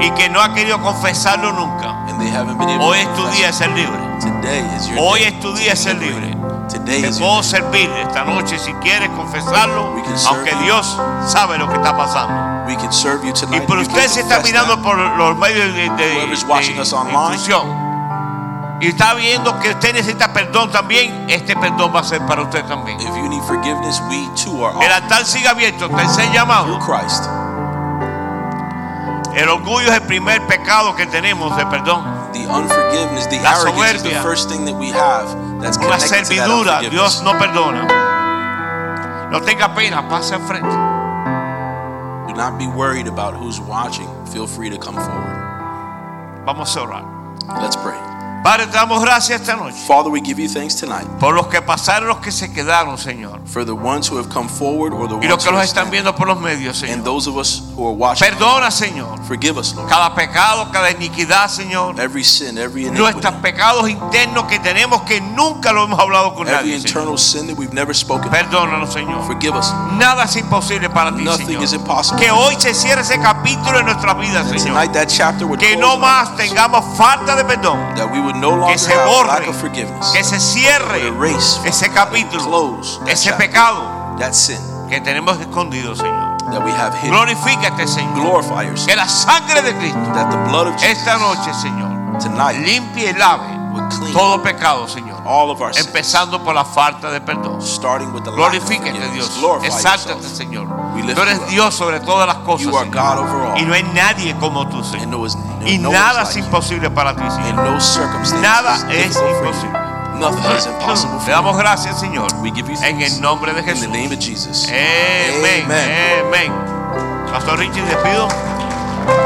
Speaker 4: Y que no ha querido confesarlo nunca.
Speaker 3: and they haven't been able
Speaker 4: Hoy
Speaker 3: to
Speaker 4: es tu
Speaker 3: confess
Speaker 4: día de
Speaker 3: it.
Speaker 4: ser libre.
Speaker 3: Today is your
Speaker 4: Hoy
Speaker 3: day
Speaker 4: es tu
Speaker 3: to
Speaker 4: día de
Speaker 3: be
Speaker 4: ser
Speaker 3: liberated. Today
Speaker 4: Te
Speaker 3: is
Speaker 4: puedo
Speaker 3: your
Speaker 4: servir esta noche si quieres confesarlo,
Speaker 3: We can serve
Speaker 4: aunque
Speaker 3: you.
Speaker 4: Dios sabe lo que está pasando.
Speaker 3: day. We can serve you tonight.
Speaker 4: Y por
Speaker 3: You
Speaker 4: usted
Speaker 3: can
Speaker 4: se está
Speaker 3: confess
Speaker 4: mirando
Speaker 3: that.
Speaker 4: por los medios de, de,
Speaker 3: Whoever's watching
Speaker 4: de
Speaker 3: us online.
Speaker 4: difusión y está viendo que usted necesita perdón también, este perdón va a ser para usted también.
Speaker 3: If you need forgiveness, we too are
Speaker 4: El
Speaker 3: offered
Speaker 4: altar sigue abierto, tercer
Speaker 3: through
Speaker 4: llamado.
Speaker 3: Christ.
Speaker 4: El orgullo es el primer pecado que tenemos de perdón.
Speaker 3: The unforgiveness, the
Speaker 4: La
Speaker 3: arrogance is the
Speaker 4: soberbia.
Speaker 3: first thing that we have that's
Speaker 4: Una
Speaker 3: connected to that
Speaker 4: servidumbre, Dios
Speaker 3: unforgiveness.
Speaker 4: no perdona. No tenga pena, pase al frente.
Speaker 3: Do not be worried about who's watching. Feel free to come forward.
Speaker 4: Vamos a orar.
Speaker 3: Let's pray.
Speaker 4: Padre, te damos gracias esta noche.
Speaker 3: Father, we give you thanks tonight
Speaker 4: Por los que pasaron, los que se quedaron, Señor.
Speaker 3: for the ones who have come forward or the
Speaker 4: Y
Speaker 3: ones
Speaker 4: los que
Speaker 3: who
Speaker 4: los
Speaker 3: are
Speaker 4: están
Speaker 3: standing.
Speaker 4: viendo por los medios,
Speaker 3: and
Speaker 4: Señor.
Speaker 3: those of us who are watching.
Speaker 4: Perdona, Señor,
Speaker 3: Forgive us, Lord.
Speaker 4: cada pecado, cada iniquidad, Señor.
Speaker 3: Every sin, every iniquity,
Speaker 4: Nuestros pecados internos que tenemos que nunca lo hemos hablado con
Speaker 3: every
Speaker 4: nadie. Señor.
Speaker 3: internal sin that we've never spoken.
Speaker 4: Perdónanos, Señor.
Speaker 3: Forgive us. Lord.
Speaker 4: Nada es imposible para ti,
Speaker 3: Nothing is
Speaker 4: Señor.
Speaker 3: impossible.
Speaker 4: Que hoy se cierre ese capítulo en nuestras vidas,
Speaker 3: And
Speaker 4: Señor.
Speaker 3: tonight that chapter would
Speaker 4: Que
Speaker 3: close
Speaker 4: no
Speaker 3: on
Speaker 4: más
Speaker 3: us.
Speaker 4: tengamos falta de perdón.
Speaker 3: that we would no
Speaker 4: Que
Speaker 3: longer
Speaker 4: se
Speaker 3: have lack
Speaker 4: borre.
Speaker 3: of forgiveness.
Speaker 4: Que se cierre
Speaker 3: Would erase,
Speaker 4: ese capítulo.
Speaker 3: close that
Speaker 4: Ese
Speaker 3: chapter,
Speaker 4: pecado
Speaker 3: that sin
Speaker 4: que tenemos escondido, Señor.
Speaker 3: that we have hidden.
Speaker 4: Glorifícate, Señor.
Speaker 3: Glorify yourself.
Speaker 4: Que la sangre de Cristo
Speaker 3: That the blood of Jesus
Speaker 4: esta noche, Señor,
Speaker 3: tonight
Speaker 4: limpie y lave
Speaker 3: would clean
Speaker 4: todo pecado, Señor.
Speaker 3: all of our sins,
Speaker 4: Empezando por la falta de perdón.
Speaker 3: starting with the lack of
Speaker 4: Glorifícate,
Speaker 3: forgiveness.
Speaker 4: Dios.
Speaker 3: Glorify
Speaker 4: Exáltate,
Speaker 3: yourself.
Speaker 4: Señor.
Speaker 3: We lift
Speaker 4: Tú
Speaker 3: you
Speaker 4: eres
Speaker 3: up.
Speaker 4: Dios sobre todas las cosas.
Speaker 3: You are
Speaker 4: Señor.
Speaker 3: God over all.
Speaker 4: Y no hay nadie como tú,
Speaker 3: and
Speaker 4: Señor.
Speaker 3: no, is,
Speaker 4: Y
Speaker 3: no
Speaker 4: nada
Speaker 3: is
Speaker 4: es
Speaker 3: like you.
Speaker 4: imposible para ti,
Speaker 3: In
Speaker 4: Señor.
Speaker 3: no circumstances
Speaker 4: Nada
Speaker 3: is it
Speaker 4: es
Speaker 3: difficult for you. Nothing is impossible
Speaker 4: Te
Speaker 3: for
Speaker 4: damos gracias, Señor.
Speaker 3: you. We give you
Speaker 4: En
Speaker 3: thanks.
Speaker 4: el nombre de
Speaker 3: In
Speaker 4: Jesús.
Speaker 3: the name of Jesus.
Speaker 4: Amén.
Speaker 3: Amen.
Speaker 4: Amén. Pastor Richie, despido.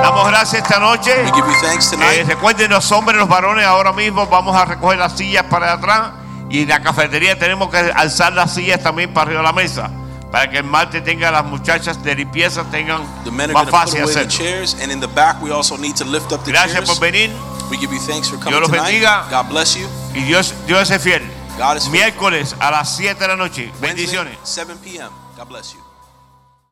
Speaker 4: Damos gracias esta noche.
Speaker 3: We give you thanks
Speaker 4: Eh,
Speaker 3: tonight.
Speaker 4: recuerden los hombres, los varones, ahora mismo vamos a recoger las sillas para atrás y en la cafetería tenemos que alzar las sillas también para arriba de la mesa, para que el martes tenga las muchachas de limpieza tengan
Speaker 3: The men are going to
Speaker 4: más
Speaker 3: put
Speaker 4: fácil
Speaker 3: away the
Speaker 4: hacerlo.
Speaker 3: chairs, and in the back we also need to lift up the
Speaker 4: Gracias por
Speaker 3: chairs.
Speaker 4: venir
Speaker 3: We give you thanks for
Speaker 4: Dios
Speaker 3: coming
Speaker 4: los
Speaker 3: tonight.
Speaker 4: bendiga.
Speaker 3: God bless you.
Speaker 4: y Dios, Dios es fiel.
Speaker 3: God is faithful.
Speaker 4: Miércoles a las 7 de la noche.
Speaker 3: Wednesday,
Speaker 4: Bendiciones.
Speaker 3: 7 p.m. God bless you.